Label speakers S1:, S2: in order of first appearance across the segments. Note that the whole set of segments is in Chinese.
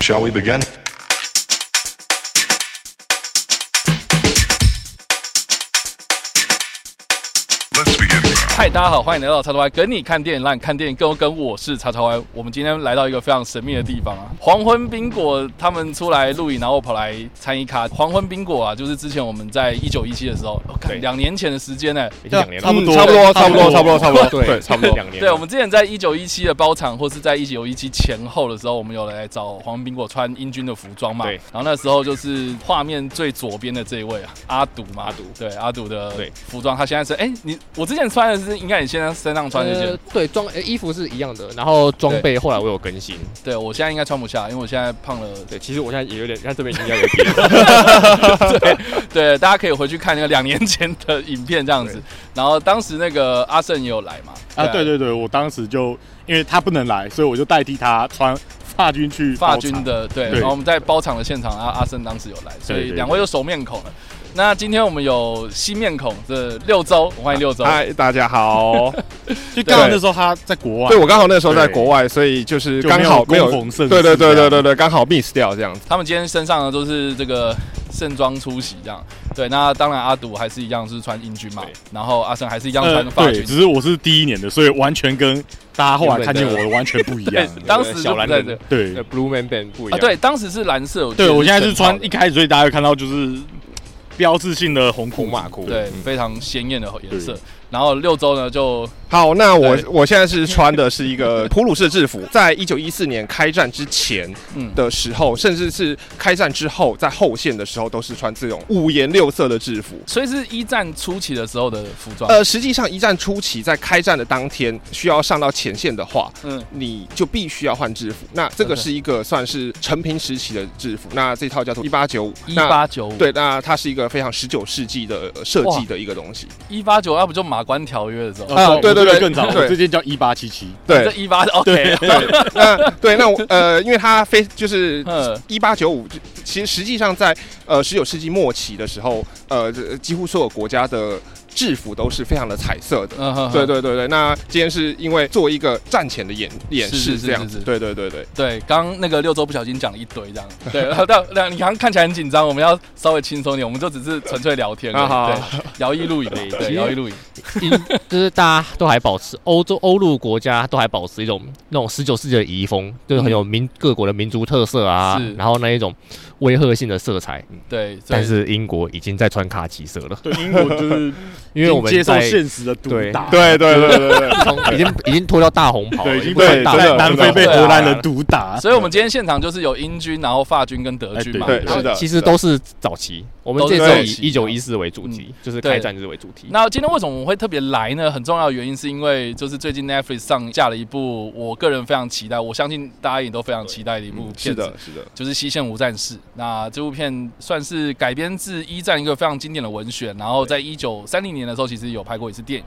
S1: Shall we begin?
S2: 嗨，大家好，欢迎来到叉叉 Y 跟你看电影，让你看电影更跟我是叉叉 Y。我们今天来到一个非常神秘的地方啊，黄昏冰果他们出来露营，然后跑来参一咖。黄昏冰果啊，就是之前我们在一九一七的时候，哦干
S3: 对
S2: 两、年前的时间呢、
S3: 已经两年了，
S4: 差不多，
S2: 嗯差不多差不多
S4: 差不多，差不多，
S3: 对，差不多两年了。
S2: 对，我们之前在一九一七的包场，或是在一九一七前后的时候，我们有来找黄昏冰果穿英军的服装嘛。
S3: 对。
S2: 然后那时候就是画面最左边的这一位啊，阿杜嘛。
S3: 阿杜
S2: 对，阿杜的
S3: 对
S2: 服装，他现在是哎、你我之前穿的是，应该你现在身上穿这件。
S3: 呃对装呃衣服是一样的，然后装备后来我有更新。
S2: 对我现在应该穿不下，因为我现在胖了。
S3: 对，其实我现在也有点，看这边应该有 点。
S2: 对，大家可以回去看那个两年前的影片这样子
S3: 对。
S2: 然后当时那个阿胜也有来嘛？
S4: 啊，对对对，我当时就因为他不能来，所以我就代替他穿发军去
S2: 法
S4: 包
S2: 军
S4: 场，
S2: 的对。
S4: 对
S2: 然后我们在包场的现场，阿阿胜当时有来，所
S4: 对
S2: 以
S4: 对
S2: 两位又熟面孔了。那今天我们有新面孔，这六周，我欢迎六周。
S5: 嗨，大家好。
S4: 就刚好那时候他在国外，
S5: 对我刚好那时候在国外，所以就是
S4: 就
S5: 刚好
S4: 没
S5: 没
S4: 有
S5: 有
S4: 攻逢盛世
S5: 对对对
S4: 这样
S5: 对对对，刚好 miss 掉这样子。
S2: 他们今天身上呢都是这个盛装出席这样。对，那当然阿赌还是一样是穿英军嘛
S3: 对，
S2: 然后阿胜还是一样
S4: 呃
S2: 穿法
S4: 对，
S2: 军。
S4: 只是我是第一年的，所以完全跟大家后来看见我的完全不一样
S2: 对。，哎当时就
S3: 小
S2: 不
S3: 蓝
S2: 在
S3: 人
S2: 这
S4: 对
S3: 呃，Blue Man Band 不一
S2: 啊，
S3: 样。
S2: 对，当时是蓝色。记
S4: 对，
S2: 得
S4: 我现在是
S2: 整套
S4: 穿
S2: 的
S4: 一开始，所以大家会看到就是标志性的红裤
S3: 红
S4: 子
S3: 马裤。
S2: 对，
S3: 嗯
S2: 非常鲜艳的颜色
S4: 对。
S2: 然后六周呢就
S5: 好，那我
S2: 对
S5: 我现在是穿的是一个普鲁士制服，在一九一四年开战之前
S2: 嗯
S5: 的时候，甚至是开战之后，在后线的时候，都是穿这种五颜六色的制服。
S2: 所以是一战初期的时候的服装。
S5: 呃，实际上一战初期，在开战的当天，需要上到前线的话，
S2: 嗯，
S5: 你就必须要换制服。那这个
S2: OK
S5: 是一个算是成平时期的制服，那这套叫做一八九五。
S2: 一八九五，
S5: 对，那它是一个非常十九世纪的呃设计的一个东西。
S2: 一八九，那不就马关条约的时候？
S5: 啊
S4: 哦
S5: 对对
S4: 我这个
S5: 对
S4: 更早，
S5: 对
S4: 我这件叫一八七七，
S2: 这
S5: 对
S2: 一八哦 OK，
S5: 对，那对那我呃，因为它非就是
S2: 嗯
S5: 一八九五，其实实际上在呃十九世纪末期的时候，呃，这几乎所有国家的制服都是非常的彩色的。
S2: 嗯哼哼
S5: 对对对对，那今天是因为做一个战前的演演
S2: 是
S5: 示
S2: 是
S5: 这样
S2: 是
S5: 子
S2: 是，
S5: 对对对对，
S2: 对，刚那个六周不小心讲了一堆这样，对，但但你好像看起来很紧张，我们要稍微轻松一点，我们就只是纯粹聊天而已，
S5: 啊好
S2: 对，摇曳露营，
S3: 其
S2: 对，
S3: 实
S2: 摇曳露营，
S3: 因就是大家都还保持欧洲欧陆国家都还保持一种那种十九世纪的遗风，就是很有民各国的民族特色啊
S2: 是，嗯
S3: 然后那一种威吓性的色彩。
S2: 对，所以
S3: 但是英国已经在穿卡其色了，
S4: 对，英国就是
S3: 因为我们
S4: 接受
S3: 在
S4: 现实的毒打，
S2: 啊
S5: 对对对对对，
S3: 从已经已经脱掉大红袍了，
S4: 对，已经
S3: 不穿
S4: 被
S3: 大
S5: 真
S4: 在
S5: 的
S4: 南非被
S2: 对啊
S4: 荷兰人毒打，
S2: 所以我们今天现场就是有英军，然后法军跟德军嘛，
S4: 哎对
S5: 对是的
S3: 其实都是早期，我们这时
S5: 都
S3: 候
S5: 是
S3: 以
S2: 早期
S3: 一九一四为主题，就是
S2: 对
S3: 开战日为主题。
S2: 那今天为什么我会特别来呢？很重要的原因是因为就是最近 Netflix 上架了一部我个人非常期待，我相信大家也都非常期待 的一部
S5: 嗯是
S2: 片子，
S5: 的，是的，
S2: 就是《西线无战事》。那这部片算是改编自一战一个非常经典的文学，然后在一九三零年的时候其实有拍过一次电影。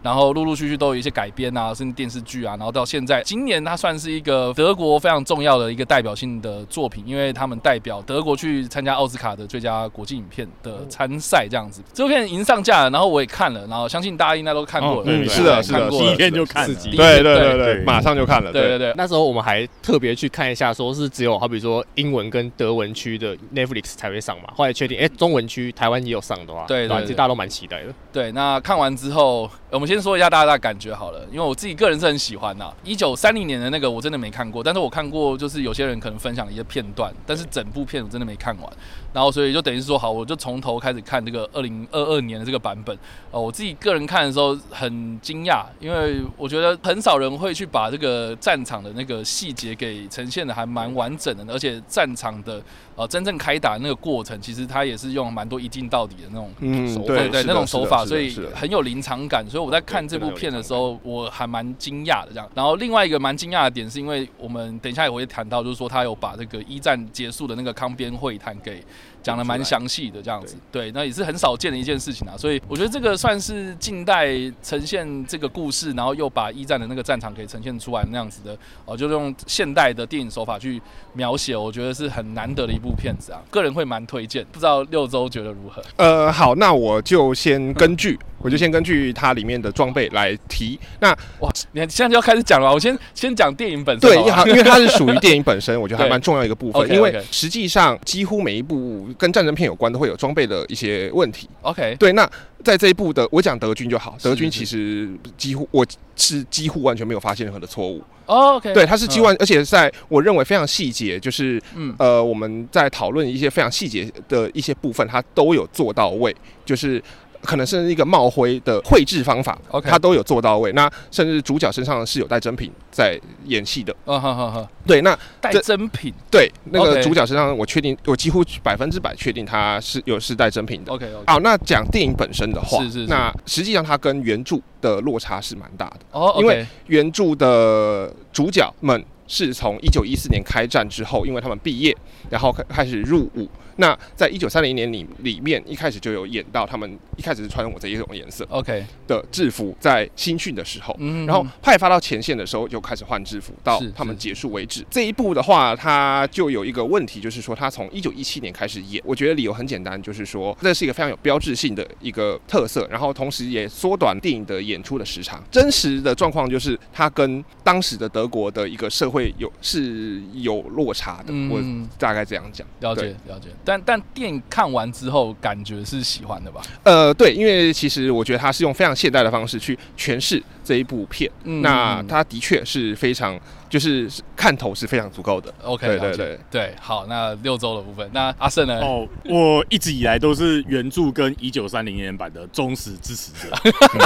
S2: 然后陆陆续续都有一些改编啊，甚至电视剧啊，然后到现在，今年它算是一个德国非常重要的一个代表性的作品，因为他们代表德国去参加奥斯卡的最佳国际影片的参赛，这样子。这部片已经上架了，然后我也看了，然后相信大家应该都看过了，
S4: 哦嗯
S2: 对
S5: 是的是的
S2: 看过
S4: 第
S2: 了
S4: 一天就看了，
S3: 刺激
S5: 对对对
S4: 对
S5: 对，马上就看了，
S2: 对对对，
S3: 那时候我们还特别去看一下，说是只有好比说英文跟德文区的 Netflix 才会上嘛，后来确定，哎，中文区台湾也有上的话，
S2: 对对
S3: 然后
S2: 对
S3: 其实大家都蛮期待的。
S2: 对，那看完之后，我们先说一下大家的感觉好了，因为我自己个人是很喜欢呐。一九三零年的那个我真的没看过，但是我看过就是有些人可能分享的一些片段，但是整部片我真的没看完。然后所以就等于是说，好，我就从头开始看这个二零二二年的这个版本。呃，我自己个人看的时候很惊讶，因为我觉得很少人会去把这个战场的那个细节给呈现的还蛮完整的，而且战场的呃真正开打的那个过程，其实它也是用蛮多一镜到底的那种
S5: 嗯
S3: 手法
S2: 对
S5: 对
S2: 对，
S5: 是
S2: 那
S5: 的
S2: 种
S5: 是
S2: 手
S5: 的
S2: 法，
S5: 是的
S2: 所以
S5: 是的
S2: 很有临场感。所以我在看
S3: 对
S2: 这
S3: 真的
S2: 部
S3: 有
S2: 片的
S3: 临
S2: 时
S3: 场
S2: 候，我还蛮惊讶的这样。然后另外一个蛮惊讶的点，是因为我们等一下也会谈到，就是说他有把这个一战结束的那个康边会谈给讲的蛮详细的这样子。对，那也是很少见的一件事情啊。所以我觉得这个算是近代呈现这个故事，然后又把一战的那个战场给呈现出来那样子的，哦，就是用现代的电影手法去描写，我觉得是很难得的一部片子啊。个人会蛮推荐，不知道六周觉得如何？
S5: 呃，好，那我就先根据我就先根据它里面的装备来提。那
S2: 哇，你看现在就要开始讲了，我先先讲电影本身
S5: 对，
S2: 好啊
S5: 因
S2: 了。
S5: 为它因为它是属于电影本身，我觉 得还蛮重要一个部分。
S2: OK，OK
S5: 因为实际上几乎每一部跟战争片有关都会有装备的一些问题。
S2: OK，
S5: 对，那在这一部的，我讲德军就好，
S2: 是
S5: 德军其实几乎我是几乎完全没有发现任何的错误。
S2: 哦 OK，
S5: 对，它是几乎
S2: 嗯
S5: 完，而且在我认为非常细节，就是
S2: 嗯
S5: 呃，我们在讨论一些非常细节的一些部分，它都有做到位，就是。可能甚至一个帽徽的绘制方法
S2: OK
S5: 它都有做到位。那甚至主角身上是有带真品在演戏的。
S2: 嗯哼哼哼，
S5: 对，那
S2: 带
S5: 这
S2: 真品
S5: 对那个
S2: OK
S5: 主角身上，我确定，我几乎百分之百确定他是有是带真品的。
S2: OK OK
S5: 好、那讲电影本身的话，
S2: 是是是
S5: 那实际上它跟原著的落差是蛮大的。
S2: 哦，OK，
S5: 因为原著的主角们是从一九一四年开战之后，因为他们毕业，然后开开始入伍。那在一九三零年里里面，一开始就有演到他们一开始是穿我这一种颜色
S2: OK，
S5: 的制服，在新训的时候，
S2: 嗯
S5: 然后派发到前线的时候就开始换制服，到
S2: 是
S5: 他们
S2: 是
S5: 结束为止。这一部的话，它就有一个问题，就是说它从一九一七年开始演，我觉得理由很简单，就是说这是一个非常有标志性的一个特色，然后同时也缩短电影的演出的时长。真实的状况就是它跟当时的德国的一个社会有是有落差的，我
S2: 嗯，
S5: 大概这样讲。
S2: 了解了解，但但电影看完之后感觉是喜欢的吧？
S5: 呃，对，因为其实我觉得它是用非常现代的方式去诠释这一部片。
S2: 嗯
S5: 那
S2: 嗯
S5: 它的确是非常，就是看头是非常足够的。
S2: OK，
S5: 对
S2: 了解
S5: 对
S2: 对，好，那六周的部分，那阿胜呢？
S4: 哦，我一直以来都是原著跟一九三零年版的忠实支持者。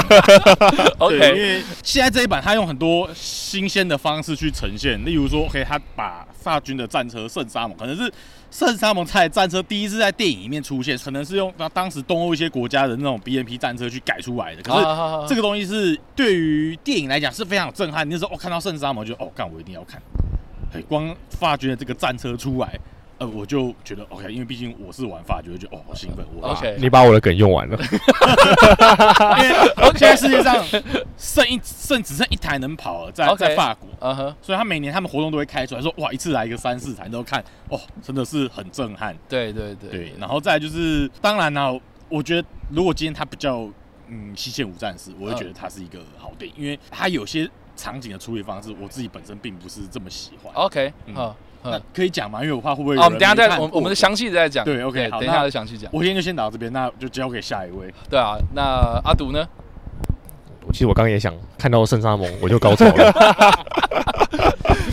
S4: 对，因
S2: OK，
S4: 为现在这一版他用很多新鲜的方式去呈现，例如说，OK，他把法军的战车圣沙蒙，可能是圣沙蒙菜战车第一次在电影里面出现，可能是用那当时东欧一些国家的那种 BMP 战车去改出来的。可是
S2: 啊
S4: 这个东西是对于电影来讲是非常有震撼，那时候我、哦、看到圣沙蒙就哦，干我一定要看，嘿光法军的这个战车出来。呃，我就觉得 OK，因为毕竟我是玩法，就会觉得哦，好兴奋，我
S2: OK
S3: 你把我的梗用完了，
S4: 因 为现在世界上剩一剩只剩一台能跑了，在
S2: OK
S4: 在法国，
S2: 嗯哼，
S4: 所以他每年他们活动都会开出来说，哇，一次来一个三四台，你都看，哦，真的是很震撼。
S2: 对对对
S4: 对，然后再来就是，当然呢、我觉得如果今天他比较嗯《西线无战事》，我会觉得它是一个好电
S2: 嗯
S4: 影，因为它有些场景的处理方式，我自己本身并不是这么喜欢。
S2: OK，
S4: 嗯
S2: 好，哦嗯哦
S4: 那可以讲吗？因为我怕会不会有
S2: 好，我们
S4: 人
S2: 等一下
S4: 没
S2: 再，
S4: 看
S2: 我
S4: 过
S2: 我们的详细的再讲。
S4: 对，OK，好
S2: 等一下
S4: 那
S2: 再详细讲。
S4: 我今天就先打到这边，那就交给下一位。
S2: 对啊，那阿独 呢？
S3: 其实我刚刚也想看到圣沙蒙我就高潮了，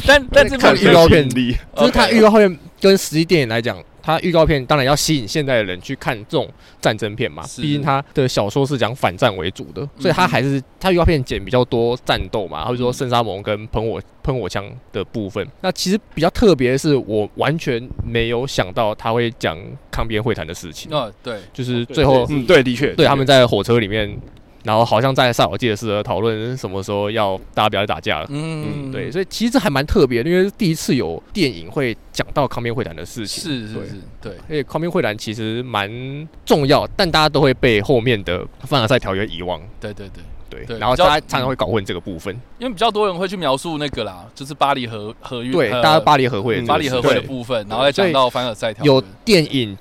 S2: 但但这
S5: 看
S2: 部
S3: 预
S5: 预
S2: 片
S3: 告
S5: 告
S3: 片
S5: 片里，
S3: 就是它
S2: OK
S3: 预告片跟实际电影来讲，它预告片当然要吸引现代的人去看这种战争片嘛，
S2: 是
S3: 毕竟它的小说是讲反战为主的，所以它还是它预告片剪比较多战斗嘛，或者说圣沙蒙跟喷火喷火枪的部分。那其实比较特别的是，我完全没有想到他会讲抗边会谈的事情，
S2: 哦，对，
S3: 就是最后
S5: 嗯，对，的确，
S3: 对，他们在火车里面，然后好像在萨尔记的似的讨论什么时候要大家不要再打架了。
S2: 嗯，
S3: 对，所以其实这还蛮特别的，因为是第一次有电影会讲到抗辩会谈的事情。
S2: 是是
S3: 对
S2: 是，对，
S3: 而且抗辩会谈其实蛮重要，但大家都会被后面的凡尔赛条约遗忘。
S2: 对对对，
S3: 对，
S2: 对
S3: 然后
S2: 比较
S3: 大家常常会搞混这个部分。
S2: 因为比较多人会去描述那个啦，就是巴黎和合约，
S3: 对，
S2: 呃
S3: 大家巴黎和会的
S5: 嗯
S3: 这个
S2: 巴黎
S3: 事
S2: 和会的
S3: 对
S2: 部分，
S3: 对
S2: 然后再讲到凡尔赛条约，
S3: 有电影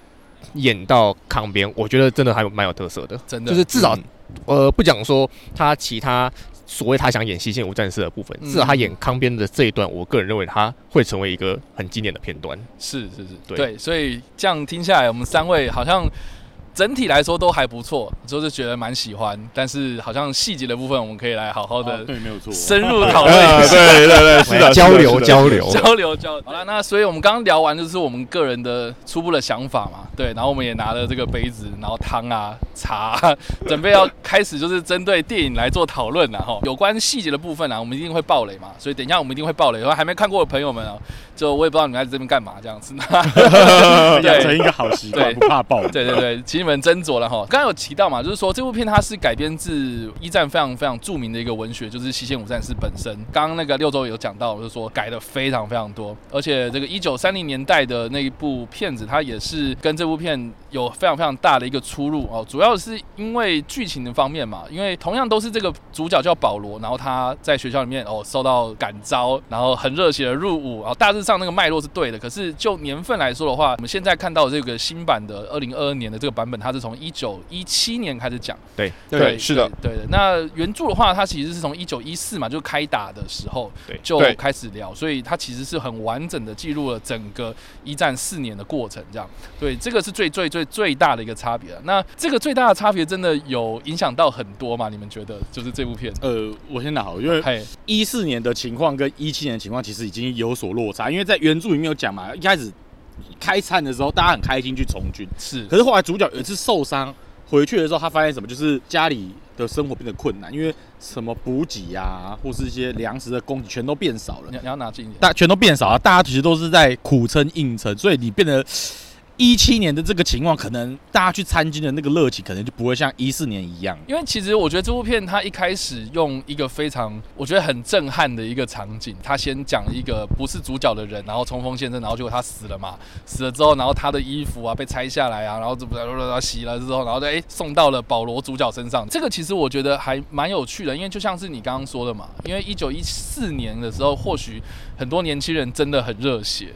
S3: 演到抗辩，我觉得真的还蛮有特色的。
S2: 真的
S3: 就是至少
S5: 嗯，
S3: 呃，不讲说他其他所谓他想演西线无战事的部分，
S2: 嗯
S3: 至少他演康边的这一段，我个人认为他会成为一个很经典的片段。
S2: 是是是，
S3: 对
S2: 对，所以这样听下来，我们三位好像整体来说都还不错，就是觉得蛮喜欢，但是好像细节的部分，我们可以来好好
S4: 哦
S2: 的
S4: 对，没有错。
S2: 深 入讨论
S5: 呃，
S2: 一下。
S5: 对对对，是的，
S3: 哎交流
S5: 流。
S3: 交流，
S2: 交流交流。好了，那所以我们刚刚聊完就是我们个人的初步的想法嘛，对，然后我们也拿了这个杯子，然后汤啊、茶啊准备要开始就是针对电影来做讨论了哈。有关细节的部分啊，我们一定会爆雷嘛，所以等一下我们一定会爆雷。然后还没看过的朋友们啊，就我也不知道你们在这边干嘛这样子。
S4: 养成一个好习惯，
S2: 对
S4: 不怕爆。
S2: 对对对，请你们斟酌了哈。刚刚有提到嘛，就是说这部片它是改编自一战非常非常著名的一个文学，就是《西线无战事》本身。刚刚那个六周有讲到，就是说改的非常非常多，而且这个一九三零年代的那一部片子，它也是跟这部片有非常非常大的一个出入哦。主要是因为剧情的方面嘛，因为同样都是这个主角叫保罗，然后他在学校里面哦受到感召，然后很热血的入伍啊、哦，大致上那个脉络是对的。可是就年份来说的话，我们现在看到这个新版的二零二二年的这个版本本它是从一九一七年开始讲。
S5: 对，是的，
S2: 对的。那原著的话，它其实是从一九一四嘛，就开打的时候
S3: 对
S2: 就
S5: 对
S2: 开始聊，所以它其实是很完整的记录了整个一战四年的过程，这样。对，这个是最最最最大的一个差别了。那这个最大的差别真的有影响到很多吗？你们觉得？就是这部片，
S4: 呃，我先拿好了，因为
S2: 嘿，
S4: 一四年的情况跟一七年的情况其实已经有所落差，因为在原著里面有讲嘛，一开始开战的时候大家很开心去从军，
S2: 是
S4: 可是后来主角有一次受伤，回去的时候他发现什么，就是家里的生活变得困难，因为什么补给啊，或是一些粮食的供给全都变少了
S2: 你，你要拿近一点。
S4: 大全都变少了，大家其实都是在苦撑硬撑，所以你变得。一七年的这个情况，可能大家去参军的那个热情，可能就不会像一四年一样。
S2: 因为其实我觉得这部片它一开始用一个非常我觉得很震撼的一个场景，它先讲一个不是主角的人，然后冲锋陷阵，然后结果他死了嘛，死了之后，然后他的衣服啊被拆下来啊，然后怎么怎么洗了之后，然后再哎送到了保罗主角身上。这个其实我觉得还蛮有趣的，因为就像是你刚刚说的嘛，因为一九一四年的时候，或许很多年轻人真的很热血。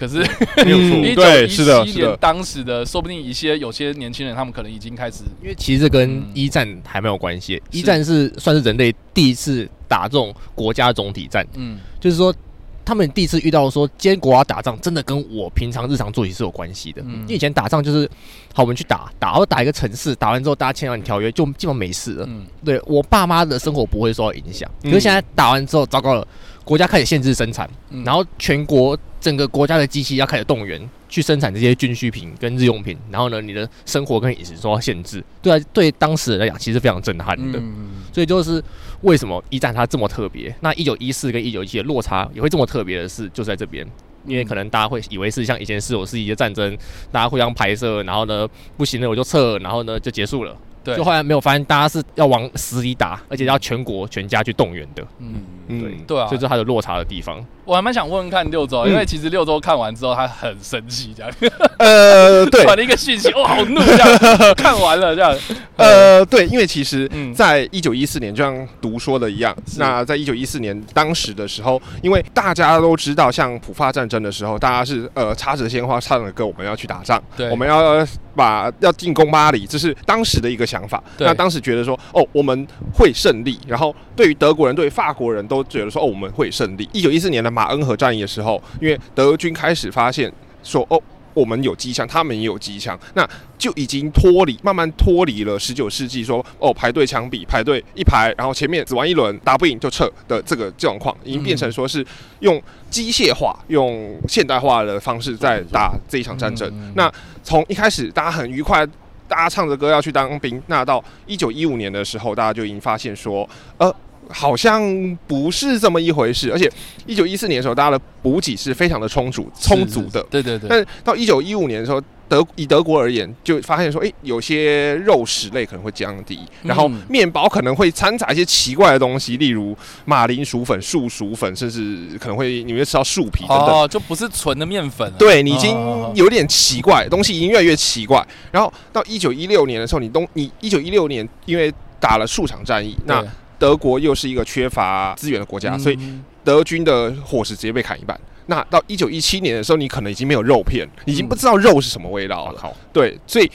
S2: 可是，
S5: 没有错
S2: 一九
S5: 对
S2: 一
S5: 是的
S2: 七
S5: 是
S2: 年
S5: 的
S2: 当时的，说不定一些有些年轻人，他们可能已经开始
S3: 因为其实跟
S2: 嗯
S3: 一战还蛮有关系的。一
S2: 是
S3: 战是算是人类第一次打这种国家总体战，
S2: 嗯
S3: 就是说他们第一次遇到说，今天国家打仗真的跟我平常日常作息是有关系的。
S2: 嗯
S3: 因为以前打仗就是，好，我们去打，打，然后打一个城市，打完之后大家签完条约，就基本上没事了。
S2: 嗯，
S3: 对我爸妈的生活不会受到影响。
S5: 嗯
S3: 可是现在打完之后，糟糕了，国家开始限制生产，
S2: 嗯
S3: 然后全国整个国家的机器要开始动员去生产这些军需品跟日用品，然后呢，你的生活跟饮食受到限制。对啊，对当事人来讲，其实非常震撼的。
S2: 嗯
S3: 所以就是为什么一战它这么特别，那一九一四跟一九一七的落差也会这么特别的是，就是在这边，因为可能大家会以为是像以前十九世纪的战争，大家互相拍射，然后呢不行了我就撤，然后呢就结束了。
S2: 嗯对
S3: 就后来没有发现大家是要往死里打，而且要全国全家去动员的，
S2: 嗯，
S3: 对
S5: 嗯，
S2: 对啊
S3: 所以这，是它的落差的地方。
S2: 我还蛮想问问看六周，
S5: 嗯
S2: 因为其实六周看完之后他很生气，这样
S5: 呃， 对，
S2: 传了一个讯息，哇，哦好怒这 样，看完了这样，
S5: 呃，对，因为其实
S2: 嗯
S5: 在一九一四年，就像读说的一样，
S2: 是
S5: 那在一九一四年当时的时候，因为大家都知道，像普法战争的时候，大家是呃插着鲜花唱着歌，我们要去打仗，
S2: 对
S5: 我们要把要进攻巴黎，这是当时的一个想法。
S2: 对
S5: 那当时觉得说，哦，我们会胜利。然后对于德国人、对于法国人都觉得说，哦，我们会胜利。一九一四年的马恩河战役的时候，因为德军开始发现说，哦。我们有机枪，他们也有机枪，那就已经脱离，慢慢脱离了十九世纪说哦排队枪毙，排队一排，然后前面死完一轮打不赢就撤的这个状况，已经变成说是用机械化、用现代化的方式在打这一场战争。
S2: 嗯
S5: 那从一开始大家很愉快，大家唱着歌要去当兵，那到一九一五年的时候，大家就已经发现说，呃。好像不是这么一回事，而且一九一四年的时候，大家的补给是非常的充足、充足的，
S2: 对对对，
S5: 但到一九一五年的时候，德以德国而言，就发现说，诶，哎有些肉食类可能会降低，然后
S2: 嗯
S5: 面包可能会掺杂一些奇怪的东西，例如马铃薯粉、树薯粉，甚至可能会你会吃到树皮等等。
S2: 哦，就不是纯的面粉了，
S5: 对你已经
S2: 哦哦哦
S5: 有点奇怪，东西已经越来越奇怪。然后到一九一六年的时候，你东你一九一六年因为打了数场战役，那
S2: 对
S5: 德国又是一个缺乏资源的国家，所以
S2: 嗯
S5: 德军的伙食直接被砍一半。那到一九一七年的时候，你可能已经没有肉片，已
S2: 嗯
S5: 经不知道肉是什么味道
S3: 我
S5: 了。
S3: 靠，
S5: 对，所以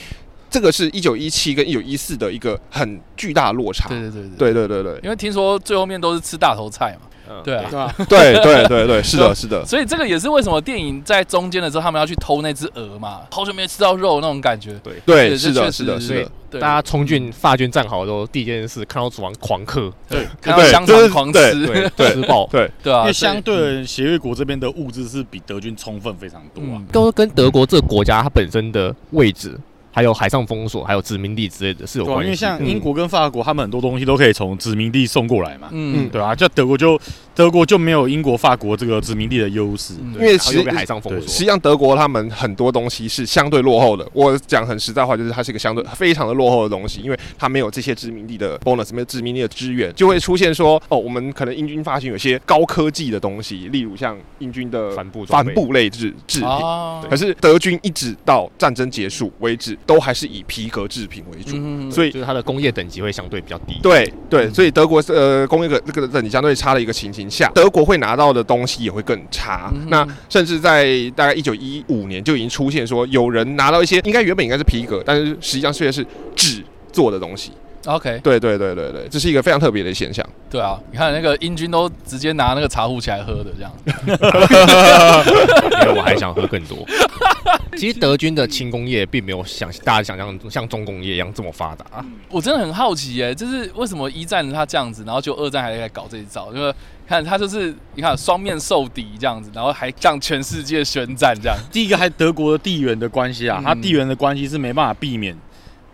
S5: 这个是一九一七跟一九一四的一个很巨大的落差。
S2: 对对对对，
S5: 对对对对
S2: 因为听说最后面都是吃大头菜嘛，
S3: 嗯
S2: 对啊
S4: 对吧？
S5: 对对 对对，是的，是的。
S2: 所以这个也是为什么电影在中间的时候他们要去偷那只鹅嘛，好久没吃到肉那种感觉，
S5: 对，是
S2: 这确
S5: 的，
S2: 实
S5: 是的，是的，，
S2: 对，
S3: 大家冲进法军战壕之后，第一件事看到厨房狂嗑，
S2: 对看到
S5: 对
S2: 香
S5: 这
S2: 肠
S5: 是
S2: 狂
S5: 对
S2: 吃，
S3: 对，
S5: 对
S3: 吃爆。
S5: 对，
S2: 对啊，
S4: 因
S2: 所
S4: 为
S2: 以
S4: 相对协约国这边的物资是比德军充分非常多啊。
S2: 嗯，
S3: 都跟德国这个国家它本身的位置，还有海上封锁，还有殖民地之类的是有
S4: 对啊，
S3: 关
S4: 因
S3: 系
S4: 为
S3: 的。
S4: 像
S5: 嗯
S4: 英国跟法国，他们很多东西都可以从殖民地送过来嘛。
S2: 嗯
S5: 嗯
S4: 对啊，就德国就德国就没有英国、法国这个殖民地的优势。
S2: 嗯
S5: 因为
S3: 它
S5: 其
S3: 又
S5: 实
S3: 被海上封
S4: 对
S5: 实际
S3: 锁。
S5: 上，德国他们很多东西是相对落后的。我讲很实在话，就是它是一个相对非常的落后的东西，因为它没有这些殖民地的 bonus，没有殖民地的资源，就会出现说，哦，我们可能英军发行有些高科技的东西，例如像英军的
S3: 帆布装
S5: 帆
S3: 备啊
S5: 布类制制品。
S2: 哦
S5: 可是德军一直到战争结束为止，都还是以皮革制品为主。
S2: 嗯
S5: 所以
S3: 就是它的工业等级会相对比较低。
S5: 对对，
S3: 嗯
S5: 所以德国是呃工业个这个等级相对差的一个情形下，德国会拿到的东西也会更差。
S2: 嗯哼
S5: 那甚至在大概一九一五年就已经出现说，有人拿到一些应该原本应该是皮革，但是实际上却是纸做的东西。
S2: OK，
S5: 对对对对对，这是一个非常特别的现象。
S2: 对啊，你看那个英军都直接拿那个茶壶起来喝的这 样。
S3: 因为我还想喝更多。其实德军的轻工业并没有想大家想象中像重工业一样这么发达，
S2: 我真的很好奇耶、就是为什么一战他这样子，然后就二战还来搞这一招？因为看他就是你看双面受敌这样子，然后还向全世界宣战这样。
S4: 第一个还德国的地缘的关系啊
S2: 嗯，
S4: 它地缘的关系是没办法避免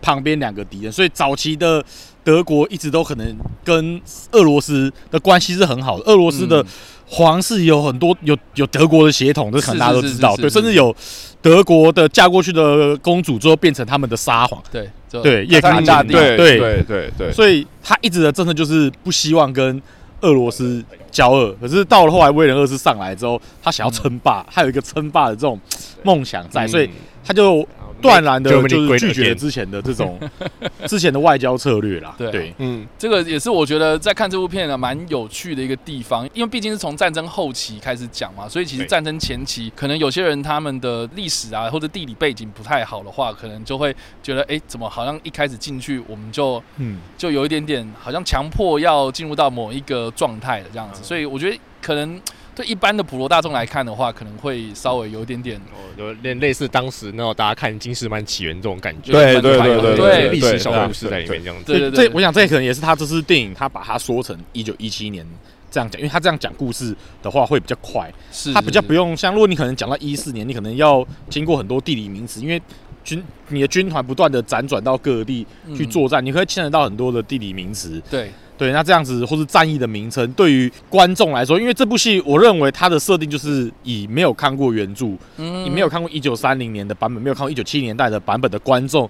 S4: 旁边两个敌人，所以早期的德国一直都可能跟俄罗斯的关系是很好的。俄罗斯的
S2: 嗯
S4: 皇室有很多有有德国的血统，这可能大家都知道，
S2: 是是是是
S4: 对，
S2: 是
S4: 甚至有德国的嫁过去的公主之后变成他们的沙皇，
S2: 对就
S4: 对叶
S2: 卡
S4: 卡
S2: 塔
S4: 捷
S2: 大
S4: 琳
S2: 帝
S4: 娜
S5: 对
S4: 对
S5: 对对对，
S4: 所以他一直的政策就是不希望跟俄罗斯交恶。可是到了后来威廉二世上来之后，他想要称霸，他有一个称霸的这种梦想在，所以他就断然的
S3: Germany
S4: 就是
S3: great
S4: 拒绝
S3: again
S4: 之前的这种 之前的外交策略啦。
S2: 对啊
S4: 对，
S5: 嗯
S2: 这个也是我觉得在看这部片啊蛮有趣的一个地方，因为毕竟是从战争后期开始讲嘛，所以其实
S3: 对
S2: 战争前期可能有些人他们的历史啊或者地理背景不太好的话，可能就会觉得哎、诶怎么好像一开始进去我们就
S4: 嗯，
S2: 就有一点点好像强迫要进入到某一个状态的这样
S4: 嗯
S2: 子，所以我觉得可能对一般的普罗大众来看的话，可能会稍微有一点点
S3: 哦有点类似当时那种大家看《金士曼起源》这种感觉，
S5: 对
S3: 就是
S5: 对
S3: 翻
S5: 对
S3: 拍
S2: 对
S3: 的
S2: 对
S3: 历
S5: 对
S3: 史小
S5: 对
S3: 故事在里面这样子。
S4: 所
S2: 对对
S4: 以
S2: 对，
S4: 这我想这可能也是他这次电影他把它说成一九一七年。这样讲，因为他这样讲故事的话会比较快，
S2: 是
S4: 他比较不
S2: 用
S4: 用像，如果你可能讲到一四年，你可能要经过很多地理名词，因为军你的军团不断的辗转到各地
S2: 嗯
S4: 去作战，你可以牵扯到很多的地理名词。
S2: 对
S4: 对，那这样子或是战役的名称，对于观众来说，因为这部戏我认为它的设定就是以没有看过原著，
S2: 嗯
S4: 你没有看过一九三零年的版本，没有看过一九七年代的版本的观众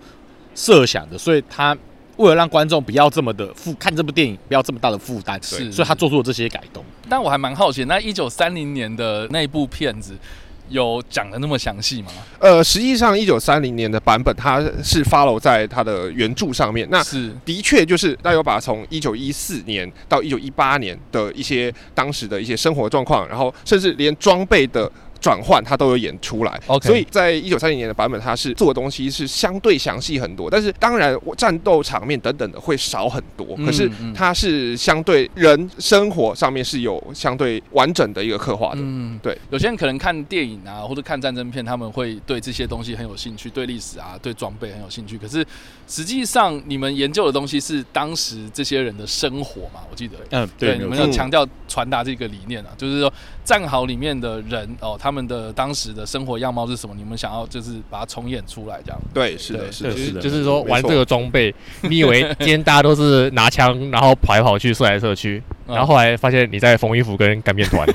S4: 设想的，所以他为了让观众不要这么的负看这部电影不要这么大的负担，
S2: 是
S4: 所以他做出了这些改动。
S2: 但我还蛮好奇，那一九三零年的那部片子有讲的那么详细吗？
S5: 呃，实际上一九三零年的版本它是 follow 在它的原著上面，那
S2: 是
S5: 的确就是大有把从一九一四年到一九一八年的一些当时的一些生活状况，然后甚至连装备的。转换它都有演出来
S2: OK
S5: 所以在一九三零年的版本，它是做的东西是相对详细很多，但是当然我战斗场面等等的会少很多，
S2: 嗯
S5: 可是
S2: 嗯
S5: 它是相对人生活上面是有相对完整的一个刻画的。
S2: 嗯，
S5: 对，
S2: 有些人可能看电影啊，或者看战争片，他们会对这些东西很有兴趣，对历史啊，对装备很有兴趣。可是实际上，你们研究的东西是当时这些人的生活嘛？我记得，
S4: 嗯，
S2: 对，
S4: 没
S2: 你
S4: 有
S2: 们
S4: 错
S2: 要强调传达这个理念啊，就是说战壕里面的人哦，他们的当时的生活样貌是什么？你们想要就是把它重演出来这样。
S5: 对，是
S2: 对
S5: 的，是
S3: 就
S5: 的，
S3: 是
S4: 是的
S3: 就是说
S5: 没错
S3: 玩这个装备，你以 为今天大家都是拿枪，然后跑来跑去、射来射去，
S2: 嗯
S3: 然后后来发现你在缝衣服跟擀面 团，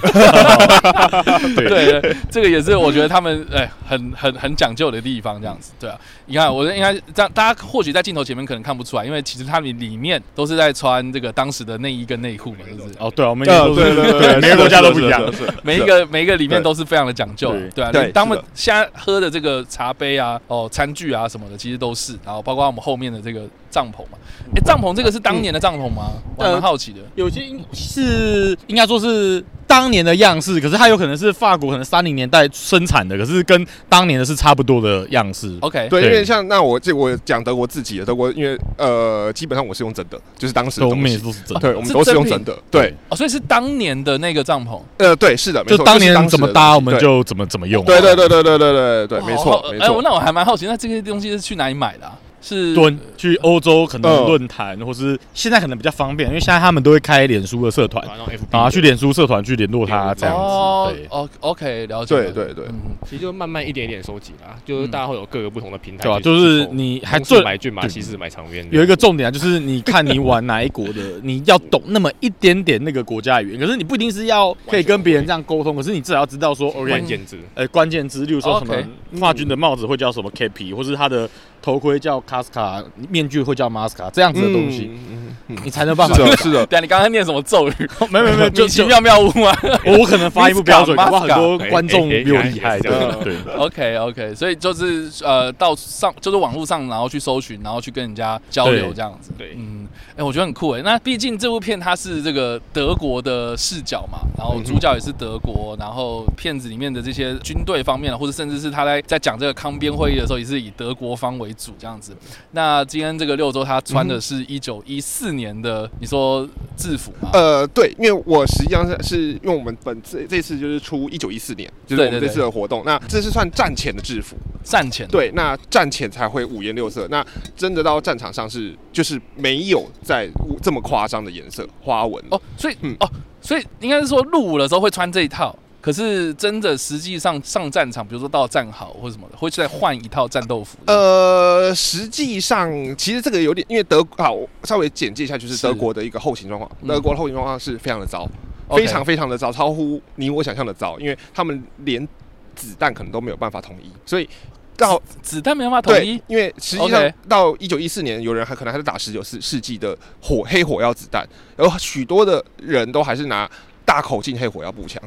S2: 对，对这个也是我觉得他们 哎、很很很讲究的地方，这样子，对啊。你看，我应该这样，大家或许在镜头前面可能看不出来，因为其实他们里面都是在穿这个当时的内衣跟内裤嘛，是不是？
S4: 哦，对啊，我们
S5: 呃
S4: 也都是
S5: 对对对
S4: 对，每个国家都不一样。
S2: 每一
S5: 是
S2: 个每一个里面都是非常的讲究啊，
S4: 对
S2: 对啊。
S5: 对
S2: 你他们
S5: 是的
S2: 现在喝的这个茶杯啊，哦，餐具啊什么的，其实都是，然后包括我们后面的这个帐篷嘛。
S5: 嗯
S2: 哎、帐篷这个是当年的帐篷吗？我还蛮好奇的。
S4: 有些应是应该说是当年的样式，可是它有可能是法国可能三零年代生产的，可是跟当年的是差不多的样式。
S2: OK，
S5: 对，因
S4: 对
S5: 为像那我这我讲德国自己的德国，因为呃，基本上我是用真的，就是当时
S4: 所
S5: 的
S4: 以我
S5: 东
S4: 们也
S5: 西，
S4: 都是真的，
S5: 对，我们都是用真的，对，
S2: 哦，所以是当年的那个帐篷。
S5: 呃，对，是的，没
S4: 就
S5: 错，
S4: 当
S5: 就是
S4: 年
S5: 时
S4: 怎么
S5: 的
S4: 搭我
S5: 东西
S4: 们就怎么怎么用。
S5: 对对对对对对对对对，
S2: 哇
S5: 没
S2: 好
S5: 错没
S2: 哎、我
S5: 错，
S2: 那我还蛮好奇，那这些东西是去哪里买的、啊？是
S4: 蹲去欧洲可能
S5: 嗯
S4: 论坛，或是现在可能比较方便，因为现在他们都会开脸书的社团，
S3: 然后 FB
S4: 然后去脸书社团去联络他这样
S2: 哦
S4: 子。对，
S2: 哦，OK，了解。
S5: 对
S2: 了解
S5: 对对
S2: 嗯
S3: 其实就慢慢一点一点收集啦，就是大家会有各个不同的平台去
S4: 对吧？
S3: 收，
S4: 就是你还
S3: 最
S4: 最
S3: 买骏马、
S4: 对
S3: 西式买长鞭，
S4: 有一个重点啊，就是你看你玩哪一国的，你要懂那么一点点那个国家语言。可是你不一定是要可以跟别人这样沟通，可是你至少要知道说
S3: 关
S4: ，OK，
S3: 键字。
S4: 呃，关键字，例如说什么
S2: OK
S4: 法军的帽子会叫什么 KP，或是他的头盔叫 Casca，面具会叫 Masca 这样子的东西。
S5: 嗯，嗯嗯
S4: 你才能办法
S5: 是。 的，是的，
S2: 对啊，你刚刚念什么咒语？
S4: 没有没有没有，就
S2: 米奇
S4: 就
S2: 妙妙屋吗
S4: 我可能发音不标准，
S2: Miska，
S4: 搞不好很多
S3: Miska
S4: 观众比我厉害。
S3: 哎
S4: 对
S3: 哎哎
S4: 对，
S2: ？OK OK，所以就是呃，到上就是网络上，然后去搜寻，然后去跟人家交流
S4: 对
S2: 这样子。
S3: 对
S2: 嗯，哎、我觉得很酷哎。那毕竟这部片它是这个德国的视角嘛，然后
S5: 嗯哼
S2: 主角也是德国，然后片子里面的这些军队方面，或者甚至是他在在讲这个康边会议的时候，也是以德国方为主这样子。那今天这个六周他穿
S4: 嗯
S2: 的是一九一四年的，你说制服嘛？
S5: 呃，对，因为我实际上是是因为我们本次这次就是出一九一四年，就是我
S2: 对
S5: 们
S2: 对
S5: 这次的活动，那这是算战前的制服，
S2: 战前
S5: 对，那战前才会五颜六色，那真的到战场上是就是没有在这么夸张的颜色花纹
S2: 哦，所以、
S5: 嗯
S2: 哦，所以应该是说入伍的时候会穿这一套，可是真的实际上上战场，比如说到战壕或什么的，会再换一套战斗服。
S5: 呃，实际上其实这个有点，因为德好，我稍微简介一下，就是
S2: 是
S5: 德国的一个后勤状况。
S2: 嗯
S5: 德国的后勤状况是非常的糟，
S2: OK
S5: 非常非常的糟，超乎你我想象的糟，因为他们连子弹可能都没有办法统一，所以到
S2: 子弹没办法统
S5: 对
S2: 一，
S5: 因为实际上
S2: OK
S5: 到一九一四年，有人还可能还在打十九世世纪的火黑火药子弹，然后许多的人都还是拿大口径黑火药步枪。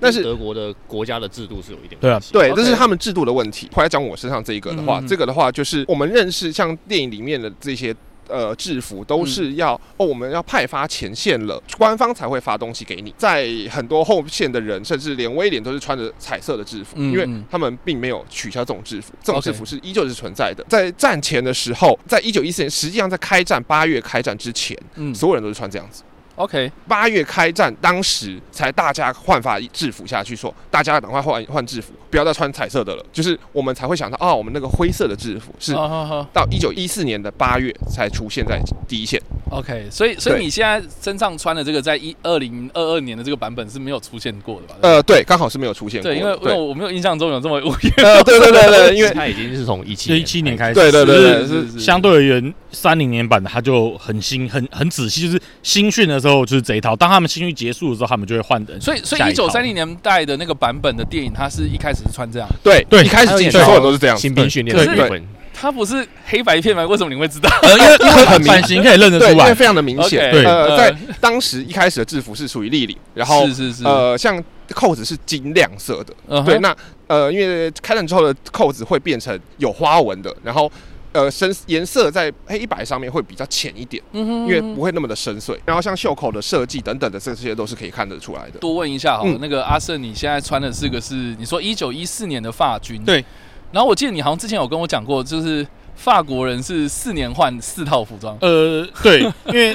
S5: 但是
S3: 德国的国家的制度是有一点
S4: 对啊
S3: 关系的
S5: 对，
S2: OK
S5: 这是他们制度的问题。回来讲我身上这一个的话，
S2: 嗯
S5: 这个的话就是我们认识像电影里面的这些。呃，制服
S2: 嗯
S5: 都是要、哦，我们要派发前线了，官方才会发东西给你。在很多后线的人，甚至连威廉都是穿着彩色的制服，
S2: 嗯
S5: 因为
S2: 嗯
S5: 他们并没有取消这种制服，这种
S2: OK
S5: 制服是依旧是存在的。在战前的时候，在一九一四年，实际上在开战八月开战之前，
S2: 嗯
S5: 所有人都是穿这样子。
S2: ，OK，
S5: 八月开战，当时才大家换发制服下去说大家赶快换换制服，不要再穿彩色的了。就是我们才会想到，哦，我们那个灰色的制服是
S2: 哦好好好
S5: 到一九一四年的八月才出现在第一线。
S2: ，OK，所以所以
S5: 对
S2: 你现在身上穿的这个，在一二零二二年的这个版本是没有出现过的吧？
S5: 呃，对，刚好是没有出现过的。
S2: 对，因为因为
S5: 对，
S2: 我没有印象中有这么
S5: 呃，对对对 对，因为
S3: 它已经是从一七
S4: 就一七年开始，
S5: 对对对对
S4: 就是
S2: 是是
S4: 相对而言，三零年版的它就很新、很很仔细，就是新训的时候就是这一套，当他们新训结束的时候，他们就会换的。
S2: 所以所
S4: 下
S2: 以
S4: 一
S2: 一九三
S4: 套
S2: 零年代的那个版本的电影，它是一开始是穿这样，
S5: 对
S4: 对
S5: 一开始进去
S3: 还有
S5: 所有人都是这样子
S3: 新。兵训练的
S2: 对
S3: 部
S5: 对
S3: 分，
S2: 它不是黑白片吗？为什么你会知道？
S4: 呃，因 为因为
S5: 很明
S4: 版型可以认得
S5: 对，
S4: 出
S5: 因为
S4: 来，
S5: 非常的明显。
S2: OK，
S4: 对
S5: 呃，
S2: 呃
S5: 在当时一开始的制服是属于立领，然后
S2: 是是是，
S5: 呃，像扣子是金亮色的。
S2: 嗯哼
S5: 对，那呃，因为开战之后的扣子会变成有花纹的，然后呃深颜色在黑白上面会比较浅一点，
S2: 嗯哼
S5: 因为不会那么的深邃。然后像袖口的设计等等的，这些都是可以看得出来的。
S2: 多问一下好了，
S5: 嗯
S2: 那个阿胜，你现在穿的这个是你说一九一四年的法军，
S4: 对。
S2: 然后我记得你好像之前有跟我讲过，就是法国人是四年换四套服装，
S4: 呃，对，因为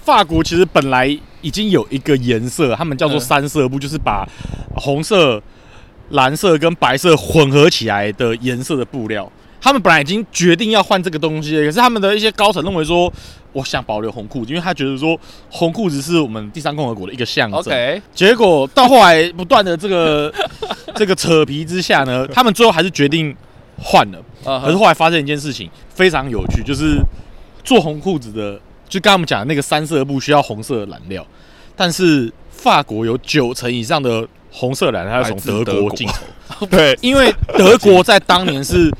S4: 法国其实本来已经有一个颜色，他们叫做
S2: 嗯
S4: 三色部，就是把红色、蓝色跟白色混合起来的颜色的布料。他们本来已经决定要换这个东西了，可是他们的一些高层认为说，我想保留红裤子，因为他觉得说红裤子是我们第三共和国的一个象征。
S2: 嗯 OK，
S4: 结果到后来不断的这个这个扯皮之下呢，他们最后还是决定换了。
S2: 呃
S4: 可是后来发生一件事情非常有趣，就是做红裤子的，就刚刚我们讲的那个三色布需要红色的染料，但是法国有九成以上的红色染料它是从德国进口，
S5: 对，
S4: 因为德国在当年是。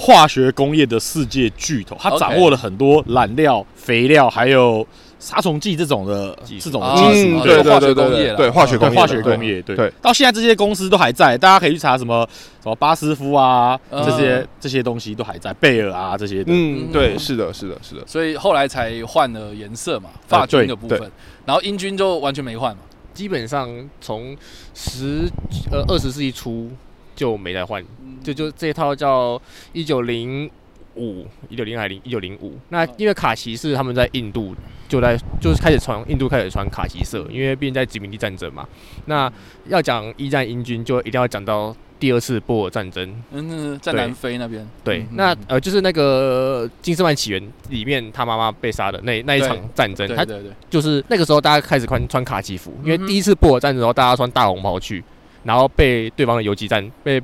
S4: 化学工业的世界巨头，它
S2: OK
S4: 掌握了很多染料、肥料，还有杀虫剂这种的
S3: 技术
S4: 这种
S2: 啊
S4: 技术。
S5: 嗯，
S2: 对
S5: 对
S2: 化
S5: 对
S2: 学
S5: 对
S2: 工业
S5: 对
S2: 啦
S5: 对，化学工
S4: 对
S5: 业，
S4: 化学工业，对
S5: 对，
S4: 到现在这些公司都还在，大家可以去查什么什么巴斯夫啊，
S2: 嗯
S4: 这些这些东西都还在，贝尔啊这些的。
S5: 嗯，对，
S2: 嗯
S5: 是的，是的，是的。
S2: 所以后来才换了颜色嘛，法军的部
S5: 对
S2: 分，然后英军就完全没换嘛。
S3: 基本上从十呃二十世纪初就没再换，就就这一套叫一九零五、一九零还零一九零五。那
S2: 嗯
S3: 因为卡其是他们在印度就在就是开始从印度开始穿卡其色，因为毕竟在殖民地战争嘛。那要讲一战英军，就一定要讲到第二次波尔战争，
S2: 嗯，嗯在
S3: 对
S2: 南非那边。
S3: 对，
S2: 嗯嗯
S3: 那
S2: 嗯
S3: 呃，就是那个《金丝曼起源》里面他妈妈被杀的那那一
S2: 对
S3: 场战争，
S2: 对
S3: 他
S2: 对对，
S3: 就是那个时候大家开始穿穿卡其服，因为
S2: 嗯哼
S3: 第一次布尔战的时候，大家穿大红袍去，然后被对方的游击战被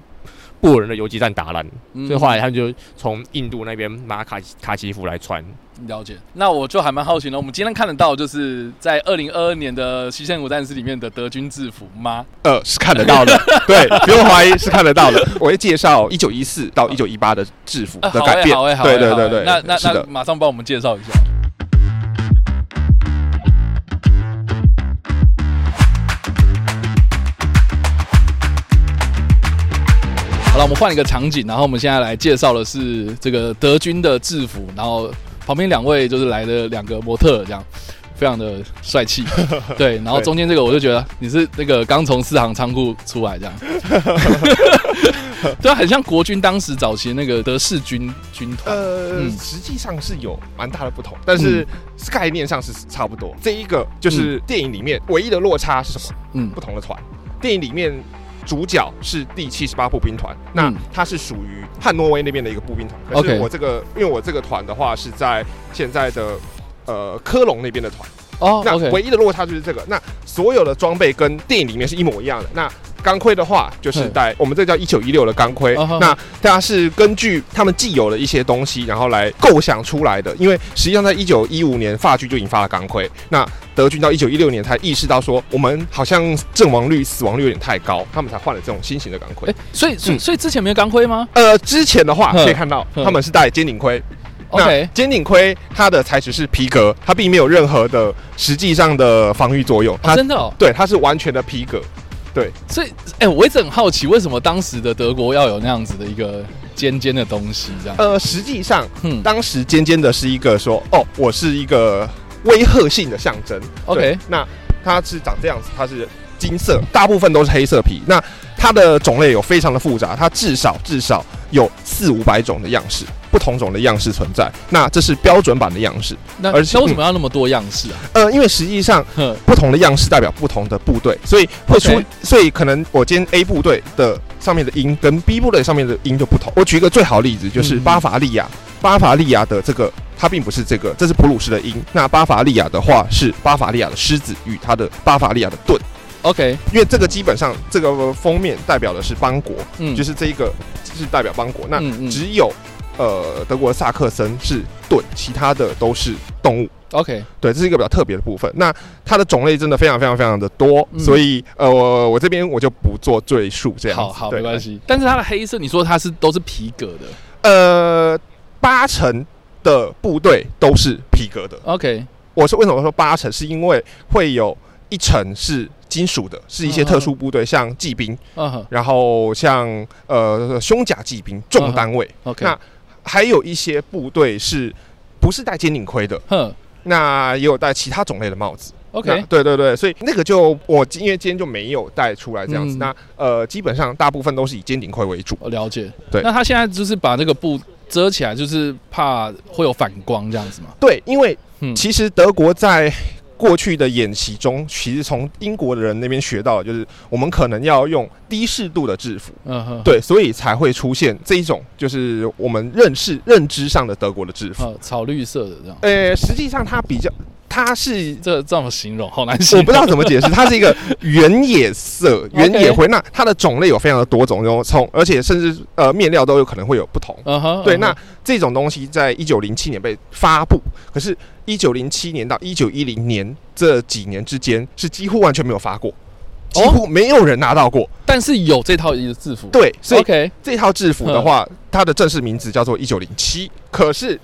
S3: 布尔人的游击战打烂，
S2: 嗯
S3: 所以后来他们就从印度那边拿卡其卡其服来穿。
S2: 了解。那我就还蛮好奇呢，我们今天看得到就是在二零二二年的《西线无战事》里面的德军制服吗？
S5: 呃，是看得到的， 对，不用怀疑，是看得到的。 呃我会介绍一九一四到一九一八的制服
S2: 啊，
S5: 的
S2: 好
S5: 改
S2: 哎，
S5: 变
S2: 好哎，，好哎，
S5: 对对
S2: 好哎
S5: 对对，
S2: 那那
S5: 是
S2: 那
S5: 的。
S2: 马上帮我们介绍一下。好了，我们换一个场景，然后我们现在来介绍的是这个德军的制服，然后旁边两位就是来的两个模特儿这样。非常的帅 气，对，然后中间这个我就觉得你是那个刚从四行仓库出来这 样，对啊，很像国军当时早期那个德式军军团，
S5: 呃，
S2: 嗯
S5: 实际上是有蛮大的不同，但是概念上是差不多。这一个就是电影里面唯一的落差是什么？
S2: 嗯
S5: 不同的团。电影里面主角是第七十八步兵团，那
S2: 嗯
S5: 它是属于汉诺威那边的一个步兵团。可是
S2: OK
S5: 我这个，因为我这个团的话是在现在的。呃，科隆那边的团，
S2: 哦
S5: 那
S2: ，OK，
S5: 唯一的落差就是这个。那所有的装备跟电影里面是一模一样的。那钢盔的话，就是
S2: 嗯
S5: 带我们这个叫一九一六的钢盔。
S2: 哦好
S5: 那它是根据他们既有的一些东西，然后来构想出来的。因为实际上在一九一五年，法军就引发了钢盔，那德军到一九一六年才意识到说，我们好像阵亡率、死亡率有点太高，他们才换了这种新型的钢盔。
S2: 哎，所以所以
S5: 嗯
S2: 所以之前没有钢盔吗
S5: 呃，之前的话
S2: 嗯
S5: 可以看到，
S2: 嗯
S5: 他们是戴尖顶盔。那
S2: ？OK，哦
S5: 尖顶盔它的材质是皮革，它并没有任何的实际上的防御作用，
S2: 哦
S5: 它
S2: 真的哦，
S5: 对它是完全的皮革。
S2: 所以哎，我一直很好奇，为什么当时的德国要有那样子的一个尖尖的东西这样？
S5: 呃，实际上
S2: 嗯
S5: 当时尖尖的是一个说，哦，我是一个威吓性的象征。
S2: OK
S5: 对那它是长这样子，它是金色，大部分都是黑色皮。那它的种类有非常的复杂，它至少至少有四五百种的样式，不同种的样式存在。那这是标准版的样式。
S2: 那那
S5: 而且
S2: 为什么要那么多样式啊？
S5: 呃，因为实际上
S2: 哼
S5: 不同的样式代表不同的部队，所以会出
S2: OK
S5: 所以可能我今天 A 部队的上面的音跟 B 部队上面的音就不同。我举一个最好的例子，就是
S2: 嗯
S5: 巴伐利亚，巴伐利亚的这个它并不是这个，这是普鲁士的音。那巴伐利亚的话是巴伐利亚的狮子与它的巴伐利亚的盾，
S2: ，OK，
S5: 因为这个基本上这个封面代表的是邦国，
S2: 嗯，
S5: 就是这一个是代表邦国。那
S2: 嗯嗯
S5: 只有呃德国的萨克森是盾，其他的都是动物。
S2: OK，
S5: 对，这是一个比较特别的部分。那它的种类真的非常非常非常的多，
S2: 嗯
S5: 所以呃，我我这边我就不做赘述，这样
S2: 好
S5: 子
S2: 好，
S5: 对
S2: 没关系。但是它的黑色，你说它是都是皮革的
S5: 呃，八成的部队都是皮革的。
S2: ，OK，
S5: 我说为什么说八成，是因为会有一成是金属的，是一些
S2: 嗯嗯
S5: 特殊部队，像骑兵，
S2: 嗯哼
S5: 然后像呃胸甲骑兵
S2: 嗯
S5: 重
S2: 嗯
S5: 单位，
S2: ，OK，
S5: 那还有一些部队是不是戴尖顶盔的？
S2: 哼
S5: 那也有戴其他种类的帽子。那
S2: ，OK，
S5: 对对对，所以那个就我今因为今天就没有带出来这样子。
S2: 嗯
S5: 那呃，基本上大部分都是以尖顶盔为主。
S2: 我了解。
S5: 对
S2: 那它现在就是把这个布遮起来，就是怕会有反光这样子嘛？
S5: 对，因为
S2: 嗯
S5: 其实德国在过去的演习中，其实从英国的人那边学到的就是我们可能要用低适度的制服，
S2: 嗯哼，，
S5: 对，所以才会出现这一种就是我们认识认知上的德国的制服。
S2: 呃，草绿色的这样，
S5: 呃，实际上它比较，它是
S2: 这这么形容好难形
S5: 我
S2: 容。
S5: 不知道怎么解释，它是一个原野 色、原野灰。那它的种类有非常的多种，然后从而且甚至呃面料都有可能会有不同。
S2: 嗯哼，
S5: 对，
S2: 嗯哼
S5: 那这种东西在一九零七年被发布，可是，一九零七年到一九一零年这几年之间是几乎完全没有发过，
S2: 哦
S5: 几乎没有人拿到过。
S2: 但是有这套的制服，
S5: 对，所以
S2: OK，嗯
S5: 这套制服的话，它的正式名字叫做一九零七，可是，